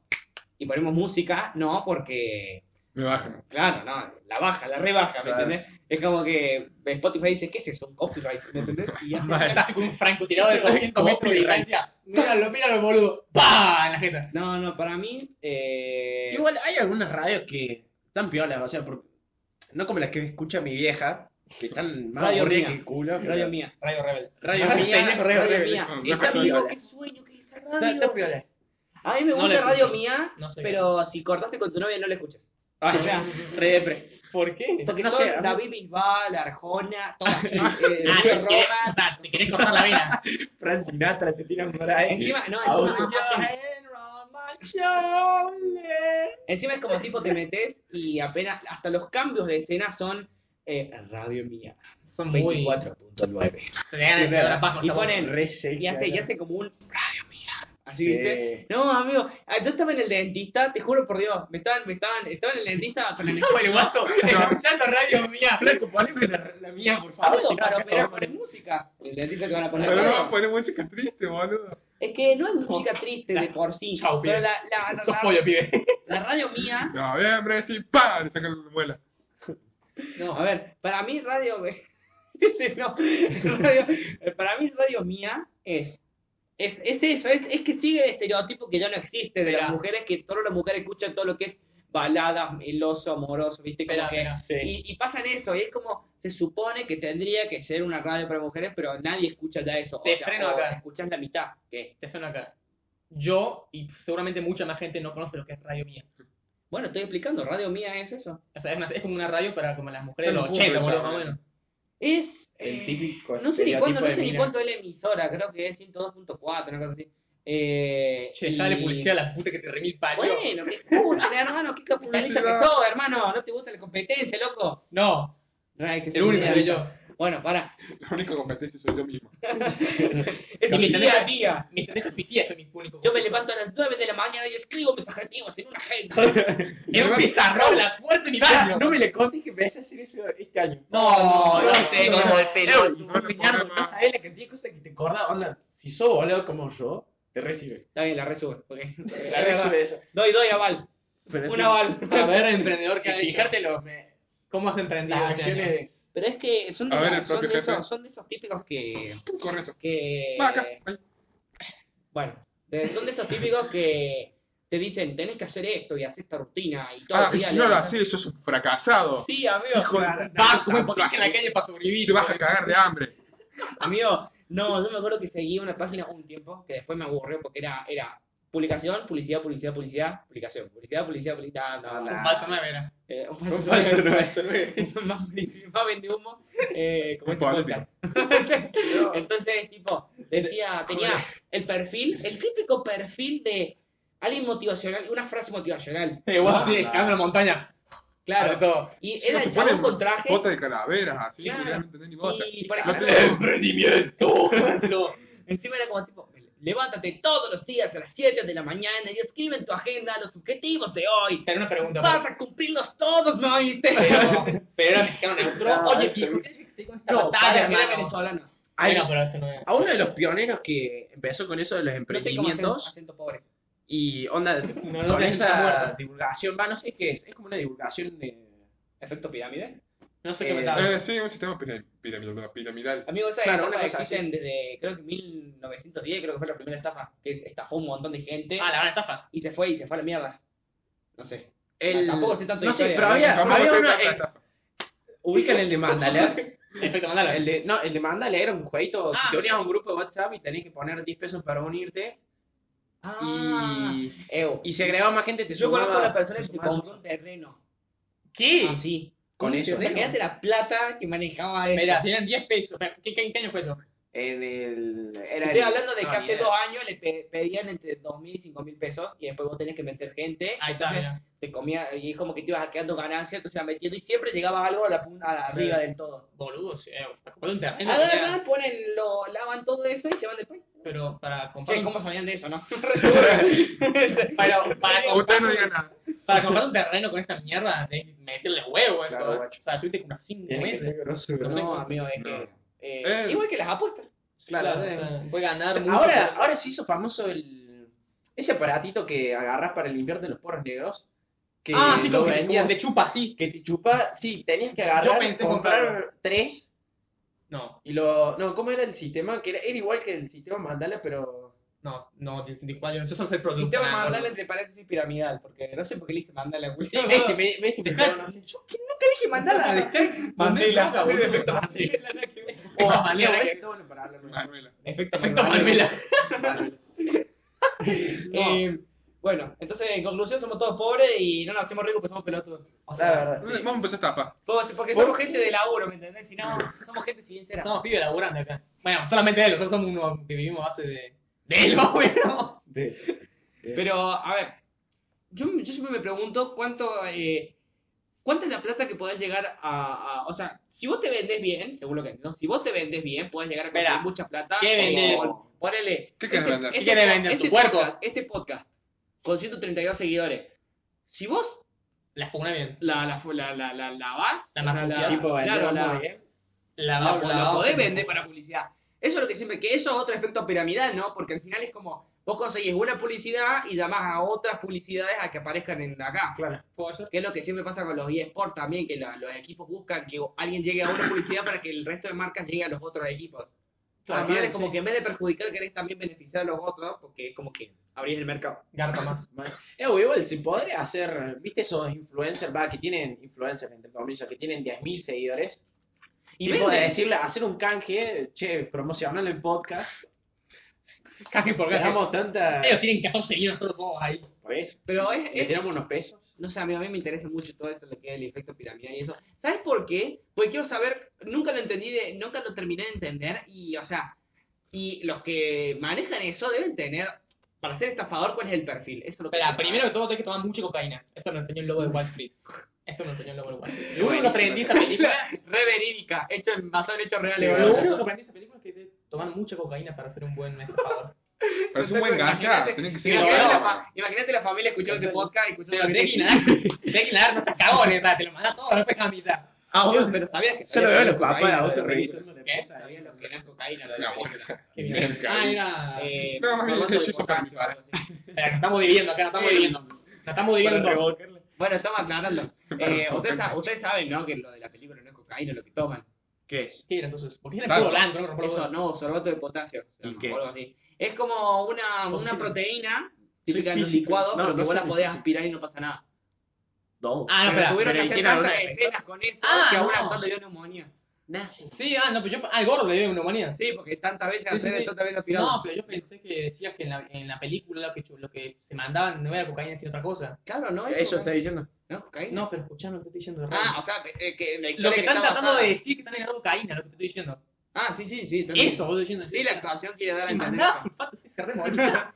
Speaker 1: y ponemos música, no, porque
Speaker 3: Me bajan.
Speaker 1: Claro, no, la baja, la rebaja, ¿me
Speaker 4: Claro.
Speaker 1: entendés? Es como que Spotify dice, ¿qué es eso? Un copyright, ¿me entendés? Y ya está.
Speaker 2: Estás con un francotirador
Speaker 4: [LAUGHS]
Speaker 2: de 200 metros de distancia. Míralo, míralo, boludo. ¡Pah! En la jeta.
Speaker 1: No, no, para mí, eh,
Speaker 4: Igual hay algunas radios que están piolas, o sea, por- no como las que escucha mi vieja, que están más
Speaker 1: Radio
Speaker 4: aburridas
Speaker 1: mía.
Speaker 4: que el culo. pero-
Speaker 1: radio mía.
Speaker 2: Radio Rebel.
Speaker 4: Radio
Speaker 1: Ah,
Speaker 4: mía,
Speaker 1: pendejo, radio mía.
Speaker 3: Ah,
Speaker 4: Está
Speaker 3: baja
Speaker 1: Digo,
Speaker 4: piola.
Speaker 1: qué sueño que es
Speaker 4: Está- está
Speaker 1: radio.
Speaker 4: piola.
Speaker 1: A mí me
Speaker 2: No
Speaker 1: gusta
Speaker 2: la
Speaker 1: radio
Speaker 2: escucho.
Speaker 1: mía,
Speaker 2: No soy
Speaker 1: pero si cortaste con tu novia no la escuchas.
Speaker 4: Ah,
Speaker 1: O sea, re depre.
Speaker 2: ¿Por qué?
Speaker 1: Porque
Speaker 4: No
Speaker 1: no
Speaker 4: sé, a mí-
Speaker 1: David Bisbal, Arjona, todo así, eh,
Speaker 2: Ah,
Speaker 1: Río
Speaker 2: te querés,
Speaker 1: Roma.
Speaker 2: ah, te querés cortar la vena.
Speaker 4: Frank Sinatra te tiran por ahí.
Speaker 1: Encima, no,
Speaker 4: Ah,
Speaker 1: encima,
Speaker 4: bueno.
Speaker 1: Encima es como tipo te metes y apenas hasta los cambios de escena son eh, radio mía.
Speaker 2: Son muy...
Speaker 1: 24.9.
Speaker 2: Te dejan el pedo de eh, la paja,
Speaker 1: Y
Speaker 2: chabón.
Speaker 1: ponen
Speaker 4: Re sexy,
Speaker 1: y hace, y
Speaker 4: ¿no?
Speaker 1: hace como un radio mía. Así
Speaker 4: Sí.
Speaker 1: viste. No, amigo, ah, yo estaba en el dentista, te juro por Dios, me estaban, me estaban, estaba en el dentista con
Speaker 4: [LAUGHS]
Speaker 1: el
Speaker 2: Bueno, guaso, escuchando radio mía.
Speaker 4: Flaco, poneme la, la mía, por favor.
Speaker 1: Amigo,
Speaker 4: si
Speaker 1: para
Speaker 4: no,
Speaker 1: operar
Speaker 4: no.
Speaker 1: poner música. El dentista que van a poner.
Speaker 3: Pero
Speaker 1: radio.
Speaker 3: no, poner música triste, boludo.
Speaker 1: Es que no es música triste de por
Speaker 2: [LAUGHS]
Speaker 1: sí.
Speaker 2: Chau,
Speaker 1: pero
Speaker 2: pibe.
Speaker 1: la, la, la,
Speaker 2: Sos pollo, pibe.
Speaker 1: la radio mía.
Speaker 3: Noviembre, sí, pa, le sacan la muela.
Speaker 1: No, a ver, para mí radio, [LAUGHS] este no, radio- para mí radio mía es, es, es eso, es, es que sigue el estereotipo que ya no existe de las
Speaker 2: Mirá.
Speaker 1: mujeres, que todas las mujeres escuchan todo lo que es baladas, el oso amoroso, viste, como
Speaker 2: Mirá,
Speaker 1: que-
Speaker 2: mirá.
Speaker 4: Sí.
Speaker 1: Y, y pasan eso, y es como, se supone que tendría que ser una radio para mujeres, pero nadie escucha ya eso.
Speaker 2: Te freno
Speaker 1: o
Speaker 2: acá.
Speaker 1: Escuchas la mitad, que
Speaker 2: Te suena acá. Yo y seguramente mucha más gente no conoce lo que es radio mía.
Speaker 1: bueno, estoy explicando, radio mía es eso.
Speaker 2: O sea, es, más, es como una radio para como las mujeres de
Speaker 3: Pero
Speaker 2: los 80,
Speaker 3: público,
Speaker 2: boludo,
Speaker 3: chabón.
Speaker 2: más o menos.
Speaker 1: Es eh,
Speaker 4: El típico
Speaker 2: Pues
Speaker 1: No sé ni
Speaker 4: estereotipo
Speaker 1: cuánto, no
Speaker 4: de
Speaker 1: sé ni
Speaker 4: mina.
Speaker 1: cuánto es la emisora, creo que es 102.4, una cosa así. Eh,
Speaker 2: Che,
Speaker 1: y-
Speaker 2: dale publicidad a la puta que te remil parió.
Speaker 1: Bueno, que escuchen, hermano, qué capitalista que sos, hermano. No te gusta la competencia, loco.
Speaker 2: No,
Speaker 1: Ay, que se
Speaker 2: el único
Speaker 1: olvida.
Speaker 2: que yo.
Speaker 1: Bueno, pará.
Speaker 3: La única competencia soy yo mismo.
Speaker 1: Es mi
Speaker 2: Capitalista.
Speaker 1: día a día.
Speaker 2: Mis tres oficinas son mis únicos.
Speaker 1: Yo me levanto a las 9 de la mañana y escribo mis objetivos en una
Speaker 2: [LAUGHS]
Speaker 1: agenda.
Speaker 2: en un pizarrón, la suerte de mi
Speaker 4: Ah,
Speaker 2: barrio.
Speaker 4: No me le contes que empecé a hacer eso este año.
Speaker 2: No,
Speaker 4: no,
Speaker 2: no sé,
Speaker 4: no,
Speaker 2: no,
Speaker 4: no,
Speaker 2: el pelo.
Speaker 3: no,
Speaker 4: No,
Speaker 3: no,
Speaker 4: Leonardo,
Speaker 3: no,
Speaker 4: no sabés la cantidad de cosas que te acordás. Onda, si sos boludo como yo, te recibe.
Speaker 1: Está bien, la resubo. Okay.
Speaker 4: La recibe eso.
Speaker 1: [LAUGHS] Doy, doy aval.
Speaker 4: Pero
Speaker 1: Un
Speaker 4: es-
Speaker 1: aval.
Speaker 2: [LAUGHS] A [LAUGHS] ver, emprendedor, que
Speaker 4: Claro,
Speaker 2: fijarte los- cómo has emprendido.
Speaker 4: Las
Speaker 2: este año.
Speaker 4: acciones.
Speaker 1: Pero es que son de,
Speaker 3: A ver, el
Speaker 1: son
Speaker 3: propio
Speaker 1: de
Speaker 3: jefe.
Speaker 1: esos, son de esos típicos que.
Speaker 3: Corre eso.
Speaker 1: que
Speaker 3: Va acá. ahí.
Speaker 1: Bueno, de- son de esos típicos que te dicen, tenés que hacer esto y hacer esta rutina y todo.
Speaker 3: Ah,
Speaker 1: el
Speaker 3: y
Speaker 1: día
Speaker 3: si
Speaker 1: le-
Speaker 3: no lo haces, sos un fracasado.
Speaker 1: Sí, amigo.
Speaker 3: Hijo
Speaker 1: [LAUGHS]
Speaker 3: de
Speaker 2: Va, Ah, como porque en la calle para sobrevivir.
Speaker 3: Te vas a cagar de hambre.
Speaker 1: Amigo, no, yo me acuerdo que seguí una página un tiempo que después me aburrió porque era, era Publicación, publicidad, publicidad, publicidad, publicación. Publicidad, publicidad, publicidad. No, no,
Speaker 2: Un falso 9 era.
Speaker 1: Eh, [LAUGHS] un
Speaker 3: Un
Speaker 1: falso
Speaker 3: falso
Speaker 1: nueve. más publicidad, más vende humo. Eh, como este
Speaker 3: Político.
Speaker 1: podcast. [LAUGHS] Entonces, tipo, decía, tenía el perfil, el típico perfil de alguien motivacional, una frase motivacional.
Speaker 2: Igual, sí, escalando la montaña. Ah, Claro, todo.
Speaker 1: Y era el
Speaker 3: te
Speaker 1: chabón
Speaker 3: ponen
Speaker 1: con traje.
Speaker 3: Botas de calaveras, así,
Speaker 1: Claro.
Speaker 3: que no entendés ni botas.
Speaker 1: Y por
Speaker 3: No
Speaker 1: ejemplo,
Speaker 3: te-
Speaker 1: Pero encima era como tipo, levántate todos los días a las 7 de la mañana y escribe en tu agenda los objetivos de hoy.
Speaker 2: Pero una pregunta.
Speaker 1: Vas a cumplirlos todos, ¿no [LAUGHS]
Speaker 2: [LAUGHS]
Speaker 1: viste?
Speaker 2: Pero, pero era mexicano neutro.
Speaker 1: No,
Speaker 2: Oye,
Speaker 1: este-
Speaker 2: viejo, tienes que seguir con esta
Speaker 1: No,
Speaker 2: batalla,
Speaker 1: para,
Speaker 2: hermano.
Speaker 1: era venezolano.
Speaker 4: Hay-
Speaker 2: Bueno, pero este no era.
Speaker 4: a uno de los pioneros que empezó con eso de los
Speaker 1: No sé cómo acento,
Speaker 4: emprendimientos
Speaker 1: acento pobre.
Speaker 4: y onda
Speaker 2: No, no, no,
Speaker 4: con
Speaker 2: está
Speaker 4: esa
Speaker 2: muerto.
Speaker 4: divulgación, va, no sé qué es, es como una divulgación de efecto pirámide.
Speaker 2: No sé qué
Speaker 1: Eh,
Speaker 2: me estaba.
Speaker 3: Eh, sí, un sistema piram- piramidal. piramidal.
Speaker 1: Amigo, ¿sabes?
Speaker 4: Claro,
Speaker 1: Claro,
Speaker 4: una
Speaker 1: una
Speaker 4: cosa
Speaker 1: existen desde creo que 1910, creo que fue la primera estafa, que estafó un montón de gente
Speaker 2: Ah, la gran estafa.
Speaker 1: y se fue y se fue a la mierda. No sé.
Speaker 4: El-
Speaker 1: Tampoco sé tanto de
Speaker 4: no sé,
Speaker 1: historia,
Speaker 4: pero
Speaker 1: ¿no?
Speaker 4: había,
Speaker 3: Tampoco
Speaker 4: había
Speaker 3: sé
Speaker 4: uno,
Speaker 3: tanta
Speaker 4: eh,
Speaker 3: estafa.
Speaker 4: ubican el de Mandala,
Speaker 2: Perfecto, mandalo.
Speaker 4: el de, no, el de Mandala era un jueguito,
Speaker 1: Ah.
Speaker 4: te unías a un grupo de WhatsApp y tenías que poner 10 pesos para unirte
Speaker 2: Ah.
Speaker 4: y,
Speaker 1: Ew.
Speaker 4: y se agregaba más gente, te
Speaker 1: Yo conozco a
Speaker 4: sumaba-
Speaker 1: una persona
Speaker 4: se
Speaker 1: que se
Speaker 4: sumaba-
Speaker 1: compró un terreno. Ah,
Speaker 2: ¿Qué?
Speaker 1: Así.
Speaker 4: con
Speaker 1: Un
Speaker 4: eso.
Speaker 1: terreno. Imagínate la plata que manejaba eso.
Speaker 2: Mira, si eran 10 pesos. ¿Qué, qué, qué año fue eso?
Speaker 4: En el, era
Speaker 1: Estoy
Speaker 4: el-
Speaker 1: hablando de que
Speaker 4: no,
Speaker 1: hace
Speaker 4: era-
Speaker 1: dos años le pe- pedían entre 2.000 y 5.000 pesos y después vos tenés que meter gente.
Speaker 2: Ahí está,
Speaker 1: entonces
Speaker 2: mira.
Speaker 1: te comía y es como que te ibas quedando ganancias, entonces ibas metiendo y siempre llegaba algo a la punta, a la arriba
Speaker 2: Sí.
Speaker 1: del todo.
Speaker 2: Boludos, eh, para comprar un terreno.
Speaker 1: Ahora
Speaker 2: ya.
Speaker 1: hermanos ponen, lo lavan todo eso y se van del país.
Speaker 2: Pero para comprar.
Speaker 1: Che,
Speaker 2: un-
Speaker 1: ¿cómo sabían de eso, no?
Speaker 2: Pero
Speaker 1: eh,
Speaker 2: para
Speaker 3: Ustedes
Speaker 2: comprar,
Speaker 3: no digan nada.
Speaker 2: para comprar un terreno con esta mierda, tenés que meterle huevo a eso.
Speaker 4: Claro,
Speaker 2: eh.
Speaker 4: guacho.
Speaker 2: o sea, tuviste como 5
Speaker 4: Tiene que
Speaker 2: meses.
Speaker 4: ser grosero.
Speaker 1: No, amigo, es que.
Speaker 3: No.
Speaker 1: eh,
Speaker 3: Eh.
Speaker 1: Igual que las apuestas.
Speaker 4: Claro,
Speaker 2: o
Speaker 4: eh.
Speaker 2: sea, puede ganar mucho.
Speaker 4: Ahora, ahora se hizo famoso el, ese aparatito que agarras para limpiarte los poros negros. Que
Speaker 2: ah, sí,
Speaker 4: lo
Speaker 2: como que como
Speaker 4: vendías,
Speaker 2: te chupa así.
Speaker 4: que te chupa. Sí, tenías que agarrar,
Speaker 2: Yo pensé
Speaker 4: comprar
Speaker 2: comprarlo.
Speaker 4: tres.
Speaker 2: No,
Speaker 4: Y lo. No, ¿cómo era el sistema? Que era, era igual que el sistema mandala,
Speaker 2: [LAUGHS]
Speaker 4: pero.
Speaker 2: no, no, 64, yo no sé el producto.
Speaker 1: Sistema
Speaker 2: nada,
Speaker 1: mandala
Speaker 2: boludo.
Speaker 1: entre paréntesis piramidal, porque no sé por qué le dije mandala. güey.
Speaker 2: Sí,
Speaker 4: ¿Ves que este me, ves que me
Speaker 2: [LAUGHS]
Speaker 4: quedaron así?
Speaker 1: dije mandala.
Speaker 2: Mandela.
Speaker 1: Mandela, boludo.
Speaker 2: Efecto
Speaker 4: Oh,
Speaker 2: Mandela,
Speaker 4: Manuela,
Speaker 2: que-
Speaker 4: ese está bueno para hablarlo.
Speaker 3: Manuela.
Speaker 1: Efecto
Speaker 2: Efecto
Speaker 1: mandala.
Speaker 2: Mandela.
Speaker 1: No. Eh, bueno, entonces en conclusión somos todos pobres y no nos hacemos ricos porque somos pelotudos. O sea,
Speaker 4: La verdad. sí.
Speaker 3: Vamos a empezar a estafar.
Speaker 1: somos- porque somos gente de laburo, ¿me entendés? Si no, somos gente sincera.
Speaker 2: Estamos pibes laburando acá. Bueno, solamente él, nosotros somos unos que vivimos a base de. De él, [LAUGHS] bueno.
Speaker 1: Pero, a ver, yo, yo siempre me pregunto cuánto, eh, cuánta es la plata que podés llegar a, a- O sea, si vos te vendés bien, seguro que no, si vos te vendés bien, podés llegar a conseguir
Speaker 2: Mira,
Speaker 1: mucha plata.
Speaker 2: ¿qué vendés?
Speaker 1: con- Ponele.
Speaker 3: ¿Qué querés vender?
Speaker 2: ¿Qué querés
Speaker 1: po-
Speaker 2: vender? ¿Tu
Speaker 1: este
Speaker 2: cuerpo?
Speaker 1: Podcast, este podcast, con 132 seguidores. Si vos
Speaker 2: La funa bien.
Speaker 1: la, la, la, la, la, la vas,
Speaker 2: La
Speaker 1: o sea,
Speaker 2: masificás.
Speaker 4: Tipo,
Speaker 1: claro,
Speaker 4: vendemos
Speaker 1: la,
Speaker 4: muy bien.
Speaker 2: La
Speaker 1: la,
Speaker 2: vamos,
Speaker 1: la,
Speaker 2: la vamos.
Speaker 1: podés vender para publicidad. Eso es lo que siempre, que eso es otro efecto piramidal, ¿no? Porque al final es como, vos conseguís una publicidad y llamás a otras publicidades a que aparezcan en acá.
Speaker 4: Claro.
Speaker 2: ¿Puedo hacer?
Speaker 1: Que es lo que siempre pasa con los eSports también, que la- los equipos buscan que alguien llegue a una publicidad para que el resto de marcas llegue a los otros equipos. al final
Speaker 2: También,
Speaker 1: es como
Speaker 2: sí.
Speaker 1: que en vez de perjudicar, querés también beneficiar a los otros, porque es como que abrís el mercado.
Speaker 2: Garpa más.
Speaker 4: Eh, güey, igual, se podría hacer, viste esos influencers, va, que tienen influencers, entre comillas, que tienen 10.000 seguidores. Y tipo, de
Speaker 1: venden.
Speaker 4: decirle, hacer un canje, che, promocionar el podcast.
Speaker 2: Casi por Eh,
Speaker 4: Porque
Speaker 2: casi.
Speaker 4: damos tanta.
Speaker 2: [LAUGHS] Ellos tienen 14 y nosotros todos ahí.
Speaker 4: Por eso.
Speaker 1: Pero es,
Speaker 4: Le
Speaker 1: es-
Speaker 4: tiramos unos pesos.
Speaker 1: no sé, a mí, a mí me interesa mucho todo eso, lo que es el efecto piramidal y eso. ¿Sabes por qué? Porque quiero saber, nunca lo entendí, de- nunca lo terminé de entender y, o sea, y los que manejan eso deben tener, para ser estafador, cuál es el perfil. Eso es lo que
Speaker 2: Espera,
Speaker 1: quiero
Speaker 2: primero que
Speaker 1: saber.
Speaker 2: todo tenés que tomar mucha cocaína. Esto nos enseñó el lobo de Wall Street. Esto nos enseñó el lobo de Wall Street. Lo único que aprendí esta película.
Speaker 1: [LAUGHS] Re verídica, hecho en, basado en hechos reales.
Speaker 2: Lo
Speaker 1: boludo.
Speaker 2: único que aprendí esta película es que te toman mucha cocaína para ser un
Speaker 1: [LAUGHS]
Speaker 2: buen estafador.
Speaker 3: Pero es un buen
Speaker 1: Imagínate-
Speaker 3: ganja. Tenés que ser
Speaker 1: Imagínate, la,
Speaker 3: abogado.
Speaker 1: fa- imagínate la familia escuchando este podcast y escuchando
Speaker 2: Pero
Speaker 1: lo
Speaker 2: tenés
Speaker 1: que [LAUGHS]
Speaker 2: que inhalar, tenés que inhalar, no seas cagón, ¿verdad? Te lo mandas todo, no pescas a mitad.
Speaker 1: Ah, bueno, pero sabías que.
Speaker 4: Yo lo veo a los
Speaker 1: sabías
Speaker 4: papás,
Speaker 1: que
Speaker 4: a
Speaker 1: era
Speaker 4: otro
Speaker 1: cocaína,
Speaker 4: revisor.
Speaker 2: ¿Qué?
Speaker 1: Sabías lo que era cocaína. lo de
Speaker 3: No,
Speaker 1: la película.
Speaker 2: Qué bien. Ah, era.
Speaker 1: Eh,
Speaker 3: No,
Speaker 4: [LAUGHS]
Speaker 3: más bien
Speaker 1: Fernando
Speaker 3: que
Speaker 1: de
Speaker 3: yo soy
Speaker 1: Bocaccio,
Speaker 3: para
Speaker 1: algo así.
Speaker 2: Espera, nos estamos dividiendo acá, nos estamos dividiendo. Nos estamos dividiendo.
Speaker 1: Bueno, estamos
Speaker 4: [LAUGHS]
Speaker 1: aclarando. Eh, ustedes, sa- ustedes saben, ¿no? Que lo de la película no es cocaína, lo que toman.
Speaker 4: ¿Qué es?
Speaker 2: ¿Qué era entonces? ¿Por qué era
Speaker 3: Claro.
Speaker 2: el blanco? No, no,
Speaker 1: Eso,
Speaker 2: no,
Speaker 1: no, sorbato de potasio. se
Speaker 4: ¿Y
Speaker 1: llama,
Speaker 4: qué
Speaker 1: o algo así. Es como una, una proteína típica en un
Speaker 4: físico.
Speaker 1: licuado,
Speaker 4: No,
Speaker 1: pero que
Speaker 4: no
Speaker 1: vos
Speaker 4: soy
Speaker 1: la podés
Speaker 4: físico.
Speaker 1: aspirar y no pasa nada.
Speaker 4: No.
Speaker 2: Ah, no,
Speaker 1: pero
Speaker 2: espera.
Speaker 1: tuvieron
Speaker 4: pero
Speaker 1: que hacer
Speaker 4: hicieron
Speaker 1: tantas
Speaker 4: una-
Speaker 1: escenas con eso
Speaker 2: Ah,
Speaker 1: que a un
Speaker 2: no.
Speaker 1: actor le dio neumonía. Nazi.
Speaker 2: Sí, ah, no, pero yo al gordo le dio neumonía.
Speaker 1: Sí, porque tantas veces
Speaker 2: Sí,
Speaker 1: al
Speaker 2: sí, sí.
Speaker 1: tantas veces aspirado.
Speaker 2: No, pero yo pensé que decías que en la, en la película lo que, chu- lo que se mandaban no era cocaína sino otra cosa.
Speaker 1: claro, no.
Speaker 4: Eso está
Speaker 1: cocaína.
Speaker 4: diciendo.
Speaker 1: No, cocaína.
Speaker 2: No, pero escuchame lo que estoy diciendo. Rey.
Speaker 1: Ah, o sea, eh, que la
Speaker 2: lo
Speaker 1: historia
Speaker 2: que están
Speaker 1: está
Speaker 2: tratando
Speaker 1: basada-
Speaker 2: de decir que están en cocaína, lo que te estoy diciendo.
Speaker 1: Ah, sí, sí, sí. también.
Speaker 2: Eso, vos estoy diciendo.
Speaker 1: Sí, la actuación quiere dar a
Speaker 2: Me
Speaker 1: entender.
Speaker 2: mandaba sulfato, sí, se re molesta.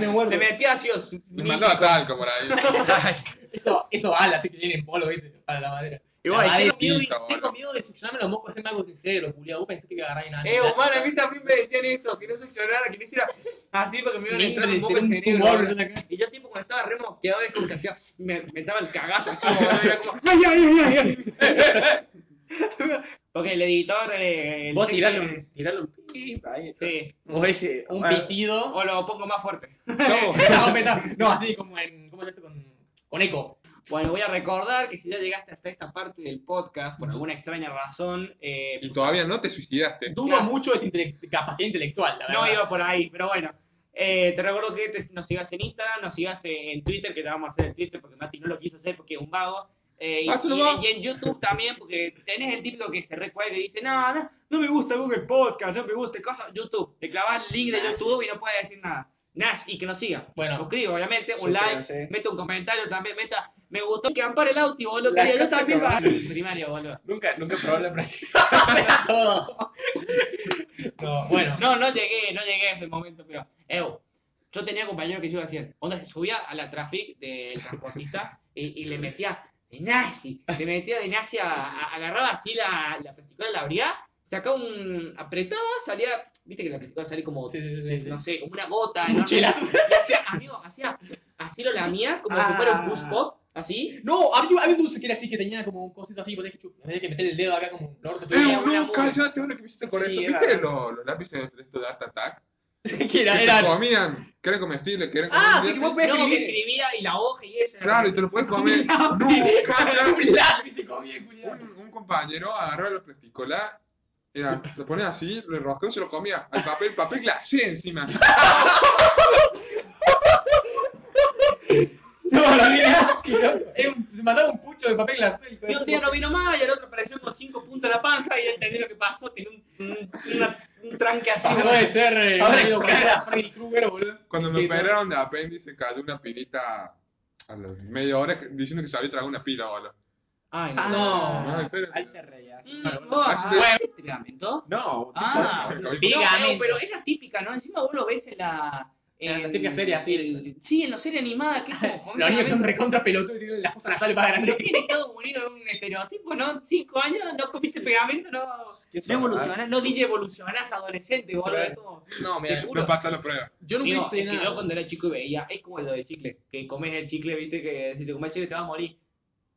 Speaker 2: Me muerdo.
Speaker 1: Le metía así os.
Speaker 3: Me mandaba talco por ahí.
Speaker 1: [LAUGHS]
Speaker 2: Eso, eso ala, sí que tienen polo, viste, para la madera.
Speaker 1: Igual,
Speaker 2: La madera,
Speaker 3: tengo
Speaker 2: tengo,
Speaker 3: miedo,
Speaker 2: miedo,
Speaker 3: boludo.
Speaker 2: tengo miedo de succionarme los mocos, hacerme algo sincero, culiado. Vos pensé que iba a agarrar y nada.
Speaker 1: Eh, humano, a mí también me decían eso, que no succionara, que no hiciera así porque me iban a entrar un poco el cerebro. boludo. Y yo, tipo, cuando estaba re mosqueado, es como que hacía, me me daba el cagazo
Speaker 4: [LAUGHS]
Speaker 1: así, boludo, era como, ¡ay, ay, ay, ay! [LAUGHS] Porque el editor, eh, el
Speaker 4: Vos
Speaker 1: sexo-
Speaker 4: tiralo, un- tiralo un pip ahí.
Speaker 1: Sí,
Speaker 4: O ese,
Speaker 2: eh, Un
Speaker 4: bueno,
Speaker 2: pitido.
Speaker 1: o lo pongo más fuerte.
Speaker 2: [LAUGHS]
Speaker 1: [LAUGHS]
Speaker 2: No, peta- no, así como en. ¿Cómo se llama? Con, con eco.
Speaker 1: Bueno, voy a recordar que si ya llegaste hasta esta parte del podcast, por alguna extraña razón, eh,
Speaker 3: Y todavía no te suicidaste.
Speaker 2: Dudo
Speaker 1: Claro.
Speaker 2: mucho de tu intele- capacidad intelectual, la verdad.
Speaker 1: No iba por ahí, pero bueno. Eh, te recuerdo que te- nos sigas en Instagram, nos sigas eh, en Twitter, que te vamos a hacer el Twitter porque Mati no lo quiso hacer porque es un vago. Eh, y,
Speaker 3: Ah, tú lo
Speaker 1: y-
Speaker 3: vas.
Speaker 1: y en YouTube también, porque tenés el típico que se recuerda y dice, no, no, no me gusta Google Podcast, no me gusta cosas, YouTube. Le clavas el link de YouTube y no puedes decir nada. Nash, y que nos siga.
Speaker 2: Bueno. [LAUGHS]
Speaker 1: suscribo, obviamente, un
Speaker 4: Suscríbanse.
Speaker 1: like, mete un comentario también, meta, me gustó que ampare el auto, boludo,
Speaker 4: La
Speaker 1: que yo
Speaker 4: casa
Speaker 1: también
Speaker 4: que va.
Speaker 1: va. Primario, boludo.
Speaker 4: Nunca, nunca probé la práctica.
Speaker 2: Todo. No, bueno.
Speaker 1: No, no llegué, no llegué a ese momento, pero. Ew, yo tenía compañeros que se iba haciendo. Onda, se subía a la traffic del transportista y, y le metía de nazi. Le metía de nazi, a, a- agarraba así la, la plasticola, la abría, sacaba un. apretaba, salía. Viste que la plasticola salía como.
Speaker 2: Sí, sí, sí, sí, sí.
Speaker 1: no sé, como una gota.
Speaker 2: Un
Speaker 1: enorme. [LAUGHS]
Speaker 2: chelazo.
Speaker 1: Y hacía, amigo, hacía. Así lo lamía, como si fuera un
Speaker 2: Ah.
Speaker 1: push pop, así.
Speaker 2: No, había, había un dulce que era así, que tenía como un cosito así, tenés que, chup- tenés que meter el dedo acá como un orto.
Speaker 3: Eh,
Speaker 1: Tenía
Speaker 2: todo.
Speaker 1: una
Speaker 3: no,
Speaker 1: mugre.
Speaker 3: cállate, ahora que me hiciste con
Speaker 4: Sí,
Speaker 3: eso.
Speaker 4: era
Speaker 3: ¿Viste
Speaker 4: verdad.
Speaker 3: los, los lápices de estos de Art Attack?
Speaker 2: que era,
Speaker 3: Que
Speaker 2: era-
Speaker 3: te comían, que eran comestibles, que eran
Speaker 2: Ah, sí,
Speaker 3: comibles.
Speaker 2: que vos
Speaker 1: No, que
Speaker 2: escribir.
Speaker 1: escribía y la hoja y esa.
Speaker 3: Claro, y te lo puedes comer.
Speaker 1: No,
Speaker 3: No,
Speaker 1: sí.
Speaker 2: [LAUGHS]
Speaker 3: cállate.
Speaker 2: Lápiz, te comí el culiao.
Speaker 3: un, un compañero agarró los plasticolás, era, lo ponía así, lo enroscó y se lo comía al papel, papel glacé encima.
Speaker 2: No, no, mira, que no- era un- se mandaba un pucho de papel glacé. hijo de
Speaker 1: Y un día no vino más y al otro apareció con cinco puntos en la panza y él entendió lo que pasó, tenía un, un, una- un tranque así.
Speaker 2: puta. Puede ser, eh,
Speaker 1: Ahora
Speaker 2: amigo,
Speaker 1: cara.
Speaker 2: era Freddy Krueger, boludo.
Speaker 3: Cuando me
Speaker 2: Sí, no.
Speaker 3: operaron de apéndice, cayó una pilita a la media hora que- diciendo que se había tragado una pila o algo.
Speaker 1: Ay,
Speaker 3: No, en serio.
Speaker 4: Ahí te reías.
Speaker 1: Mm, vos, ah, ¿te lamentó?
Speaker 4: No,
Speaker 1: Ah,
Speaker 3: El
Speaker 1: no,
Speaker 3: COVID.
Speaker 1: no, pero es la típica, ¿no? Encima vos lo ves en la... En,
Speaker 2: la típica serie, así.
Speaker 1: en- sí, en la serie animada, que es como... [LAUGHS]
Speaker 2: Los niños son
Speaker 1: completamente-
Speaker 2: recontra pelotudos y tienen las cosas nasales más
Speaker 1: Pero
Speaker 2: grandes.
Speaker 1: tiene Estados Unidos un estereotipo, ¿no? Cinco años, no comiste pegamento, no... No evolucionás, no dije evolucionás adolescente, boludo. es como-
Speaker 3: Ah, No,
Speaker 1: mira,
Speaker 3: no pasa la prueba.
Speaker 2: Yo nunca
Speaker 1: Digo,
Speaker 2: hice
Speaker 1: es que
Speaker 2: nada.
Speaker 1: yo cuando era chico y veía, es como lo de chicle, que comes el chicle, viste, que si te comes el chicle te vas a morir.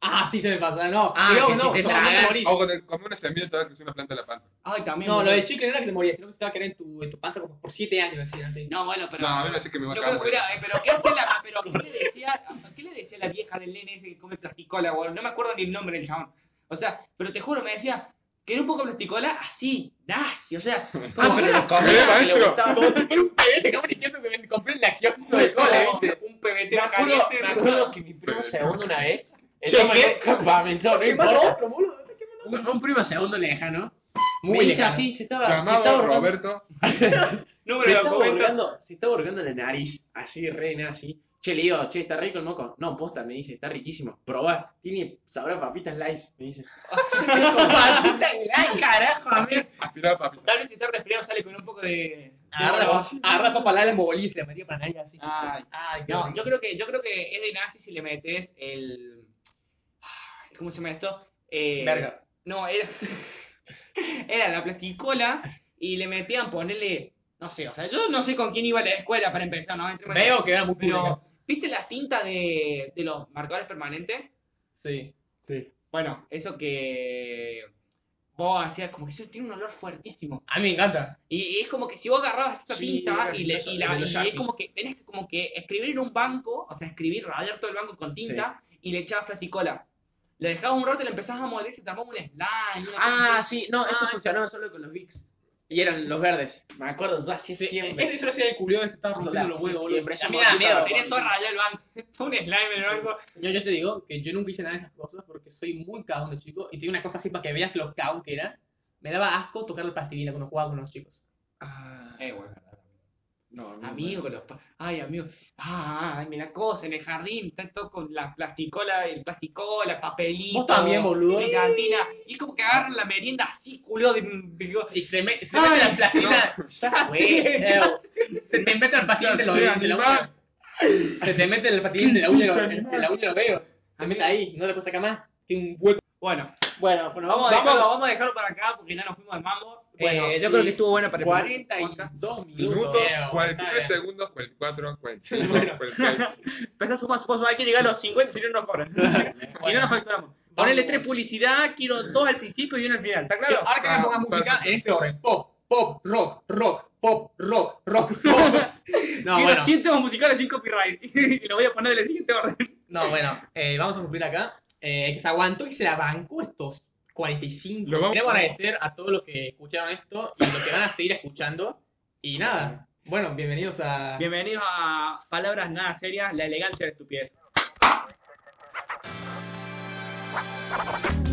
Speaker 2: Ah, sí se me pasa, no.
Speaker 1: Ah,
Speaker 2: Cuidado,
Speaker 1: que si
Speaker 2: no,
Speaker 1: te
Speaker 2: no,
Speaker 1: tragas-
Speaker 2: no te morís.
Speaker 3: O cuando comí una semilla, te va a crecer una planta en la panza.
Speaker 1: Ay, también.
Speaker 2: No, lo
Speaker 1: boludo.
Speaker 2: de chicle no era que te morías, sino que se te va a quedar en tu, en tu panza como por 7 años, así, así.
Speaker 1: No, bueno, pero.
Speaker 3: No, a mí me parece que me va a
Speaker 1: Yo
Speaker 3: acabar
Speaker 1: creo que era, eh, pero ¿qué hace la, pero qué le decía, qué le decía la vieja del nene ese que come plasticola, boludo? No me acuerdo ni el nombre del chabón. O sea, pero te juro, me decía, ¿querés un poco de plasticola? Así, nazi, o sea, como
Speaker 3: pero
Speaker 1: una comida
Speaker 3: lo comés,
Speaker 1: que le
Speaker 3: maestro.
Speaker 1: gustaba.
Speaker 2: Como si fuera un pebete, cabrón, izquierdo que me compré en la kiosco de cole,
Speaker 1: Como
Speaker 2: ¿viste?
Speaker 1: Un PBT
Speaker 4: Me acuerdo,
Speaker 1: caliente,
Speaker 4: me
Speaker 1: ¿no?
Speaker 4: acuerdo que mi primo
Speaker 3: Pero-
Speaker 4: segundo una vez.
Speaker 1: Che,
Speaker 4: estaba en
Speaker 1: ¿qué?
Speaker 4: un campamento, ah, no
Speaker 2: Quemando
Speaker 4: importa.
Speaker 2: otro, boludo, [LAUGHS] está quemando
Speaker 4: Un, un primo segundo lejano.
Speaker 2: Muy
Speaker 4: me
Speaker 2: lejano.
Speaker 4: hizo así, se estaba. se
Speaker 3: Llamado
Speaker 4: estaba
Speaker 3: a
Speaker 4: ahorcando-
Speaker 3: Roberto.
Speaker 1: Número
Speaker 4: Se
Speaker 1: de
Speaker 4: estaba
Speaker 1: documentos.
Speaker 4: ahorcando- se estaba ahorcando la nariz, así, re nazi. Che, le digo, che, está rico el moco. No, posta, me dice, está riquísimo. Probá, tiene sabor a papitas lice, me dice.
Speaker 1: Ay, carajo, a ver.
Speaker 3: Aspiraba papita.
Speaker 1: Tal vez si está resfriado sale con un poco de.
Speaker 2: Agarra, la- agarra la papalada, la embobolí y se la metía para nadie así.
Speaker 1: Ay.
Speaker 2: Ay, qué
Speaker 1: No,
Speaker 2: horrible.
Speaker 1: yo creo que yo creo que es de nazi si le metes el ¿cómo se llama esto? Eh,
Speaker 2: Verga.
Speaker 1: No, era [LAUGHS] era la plasticola y le metían ponerle no sé, o sea, yo no sé con quién iba a la escuela para empezar, no Entremos en-
Speaker 2: Veo que era muy puro.
Speaker 1: pero ¿viste las tintas de, de los marcadores permanentes?
Speaker 2: Sí.
Speaker 1: Bueno, eso que vos hacías como que eso tiene un olor fuertísimo.
Speaker 2: A mí me encanta.
Speaker 1: Y, y es como que si vos agarrabas esta
Speaker 4: Sí,
Speaker 1: tinta
Speaker 4: era
Speaker 1: y, le,
Speaker 4: eso,
Speaker 1: y,
Speaker 4: el de
Speaker 1: la,
Speaker 4: los
Speaker 1: y es
Speaker 4: Yankees.
Speaker 1: como que tenés que como que escribir en un banco, o sea, escribir, rayar todo el banco con tinta y le echabas plasticola. Le dejabas un rato y le empezabas a mover y se tapaba un slime. una cosa
Speaker 4: Ah,
Speaker 1: así.
Speaker 4: sí, no, eso
Speaker 1: Ah,
Speaker 4: funcionaba solo con los VIX. Y eran los verdes. Me acuerdo, yo así
Speaker 2: Sí,
Speaker 4: siempre.
Speaker 2: Este yo lo hacía el curioso, este estaba rompiendo los huevos, boludo.
Speaker 4: Siempre,
Speaker 1: A mí me
Speaker 4: esa
Speaker 1: da miedo,
Speaker 4: mordida,
Speaker 1: tenía todo
Speaker 4: sí.
Speaker 1: rayado
Speaker 5: [LAUGHS]
Speaker 1: el banco. Todo un slime en el banco.
Speaker 2: Yo, yo te digo que yo nunca hice nada de esas cosas porque soy muy cagón de chico y tenía una cosa así para que veas lo cagón que era. me daba asco tocar la plastilina cuando jugaba con los chicos.
Speaker 1: Ah,
Speaker 4: Eh, bueno. No, no.
Speaker 1: amigo,
Speaker 4: bueno.
Speaker 1: los pa- Ay, amigo. Ah, ay, mira cosa, en el jardín, está todo con la plasticola, el plasticola, papelito.
Speaker 2: Vos también, boludo.
Speaker 1: Pegatina. Y es como que agarran la merienda así, culo de. de-
Speaker 2: Y se me, se
Speaker 1: Ay,
Speaker 2: mete la plastilina.
Speaker 1: Ya
Speaker 2: Güey,
Speaker 5: [LAUGHS]
Speaker 1: sé.
Speaker 2: se me mete la plastilina de
Speaker 3: Ya
Speaker 2: los dedos.
Speaker 3: sé,
Speaker 2: de la
Speaker 3: animal.
Speaker 2: uña. Se te mete la plastilina de la uña de los-
Speaker 3: Qué susto,
Speaker 2: de la uña de los dedos. Se mete ahí, no le puedo sacar más. Tiene un
Speaker 1: Bueno,
Speaker 2: Bueno,
Speaker 1: bueno,
Speaker 2: pues
Speaker 1: vamos a,
Speaker 2: Vamos.
Speaker 1: Dejarlo, vamos a dejarlo para acá porque ya nos fuimos al mambo. Bueno,
Speaker 5: Eh, yo
Speaker 1: sí,
Speaker 5: creo que estuvo bueno para el primer
Speaker 1: 42
Speaker 3: Minutos,
Speaker 2: Leo,
Speaker 3: 43
Speaker 2: está
Speaker 3: segundos, 44, 45,
Speaker 1: Bueno.
Speaker 3: 46.
Speaker 5: Pensá, suma, suma, suma, hay que llegar a los 50 si no nos
Speaker 1: [LAUGHS]
Speaker 5: cobran. Si no nos facturamos. Ponele tres publicidad, quiero dos al principio y uno al final, ¿está claro?
Speaker 2: Ahora que me
Speaker 3: Ah,
Speaker 2: pongas música
Speaker 3: perfecto.
Speaker 2: en este orden. Pop, pop, rock, rock, pop, rock, rock, pop. No,
Speaker 5: quiero
Speaker 2: bueno.
Speaker 5: 100 temas musicales sin copyright. [LAUGHS] y lo voy a poner en el siguiente orden.
Speaker 2: No, bueno, eh, vamos a concluir acá. Eh, que se aguantó y se la bancó estos 45.
Speaker 3: Lo vamos-
Speaker 2: Queremos agradecer a todos los que escucharon esto y los que van a seguir escuchando. Y nada, bueno, bienvenidos a...
Speaker 5: Bienvenidos a Palabras Nada Serias, la elegancia de la estupidez.